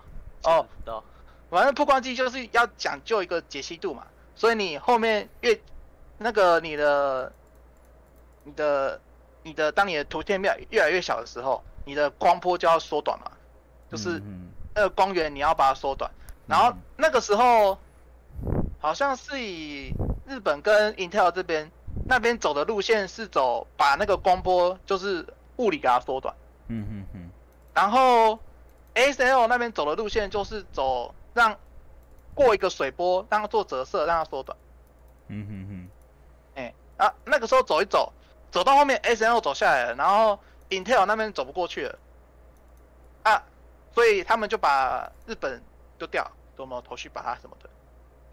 哦，
知道。
反正曝光机就是要讲究一个解析度嘛，所以你后面越那个你的你的你的当你的图片面越来越小的时候，你的光波就要缩短嘛，就是
嗯
那个光源你要把它缩短。然后
嗯
那个时候好像是以日本跟 Intel 这边那边走的路线是走把那个光波就是物理给它缩短。
嗯嗯嗯
然后 S L 那边走的路线就是走让过一个水波，让它做折射，让它缩短。
嗯嗯嗯
哎、啊，那个时候走一走，走到后面 S L 走下来了，然后 Intel 那边走不过去了，啊，所以他们就把日本丢掉，多么头绪把它什么的，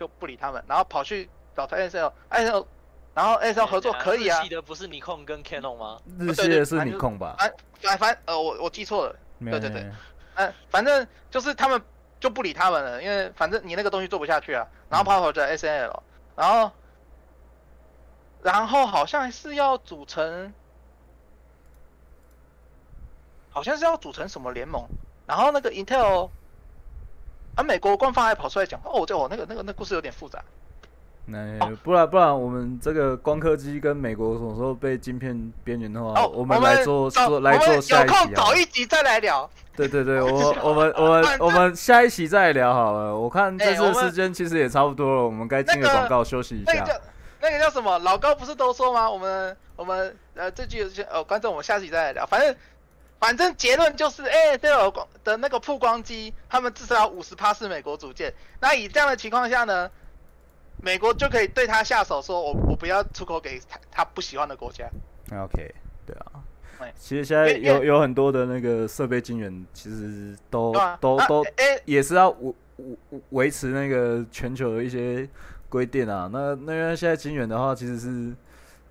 就不理他们，然后跑去找 S L，S L 然后那时候合作可以啊
记，得不是你控跟 Canon 吗？
嗯日
对对
系是
反
你
正
控吧？
反反反呃我我记错了，
没
对对对嗯、反正就是他们就不理他们了，因为反正你那个东西做不下去啊，
嗯
然后跑跑的 SNL，然后然后好像是要组成，好像是要组成什么联盟，然后那个 Intel，啊美国官方还跑出来讲，哦这我那个那个那故事有点复杂，
那不然不然，我们这个光刻机跟美国什么时候被晶片边缘的话，
哦
我们来做
找
做来
我们
做下
有
一
空
集啊
找。一集再来聊，
对对 对，我我们我们
反正
我们下一期再聊好了。我看这
哎我
次
们
时间其实也差不多了，我们该进个
那个
广告休息一
那
下
个。叫那个叫什么？老高不是都说吗？我们我们呃，这句呃，观众，我们下期再来聊。反正反正结论就是，哎、这个光的那个曝光机，他们至少要五十趴是美国组件。那以这样的情况下呢，美国就可以对他下手说，我我不要出口给他他不喜欢的国家。
OK，对啊
哎。
其实现在
因为因为
有有很多的那个设备晶圆，其实都
对啊，
都
啊
都
哎、
也是要维维维持那个全球的一些规定啊。那那因为现在晶圆的话，其实是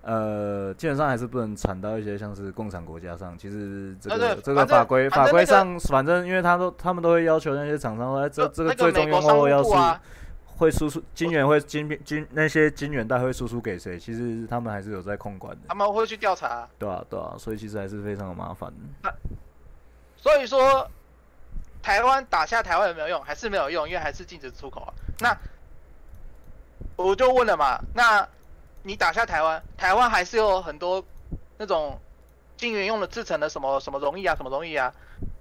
呃，基本上还是不能产到一些像是共产国家上。其实这
啊
个、
对
这个
反正
法规
反正
法规
那个
上，反正因为他都他们都会要求那些厂商说，哎，这
就
这
呃那
最
个
终
美
用
国商
户要
务
是
部啊，
会输出晶圆会晶片晶那些晶圆带会输出给谁，其实他们还是有在控管
他
的，
们会去调查、
对啊对啊，所以其实还是非常的麻烦。
所以说，台湾打下台湾有没有用？还是没有用，因为还是禁止出口啊。那我就问了嘛，那你打下台湾，台湾还是有很多那种晶圆用的制成的什么什么容易啊，什么容易啊，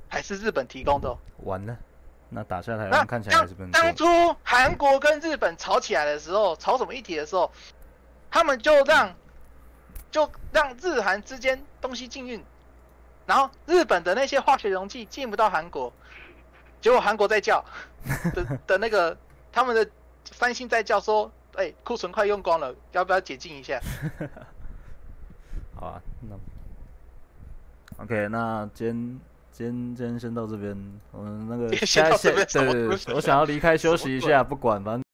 还是日本提供的哦、
完了，那打下台
那
湾看起来还
当
是不能做
当。初韩国跟日本吵起来的时候，吵什么议题的时候，他们就让就让日韩之间东西禁运，然后日本的那些化学溶剂进不到韩国，结果韩国在叫 的的那个他们的三星在叫说，哎、库存快用光了，要不要解禁一下？
好啊，那 OK，那今天今天今天先到这边，我们那个
今天先
下
到
下
这边什
对
么
对
鬼
对，我想要离开休
什么
息一
鬼
下，不管，反正。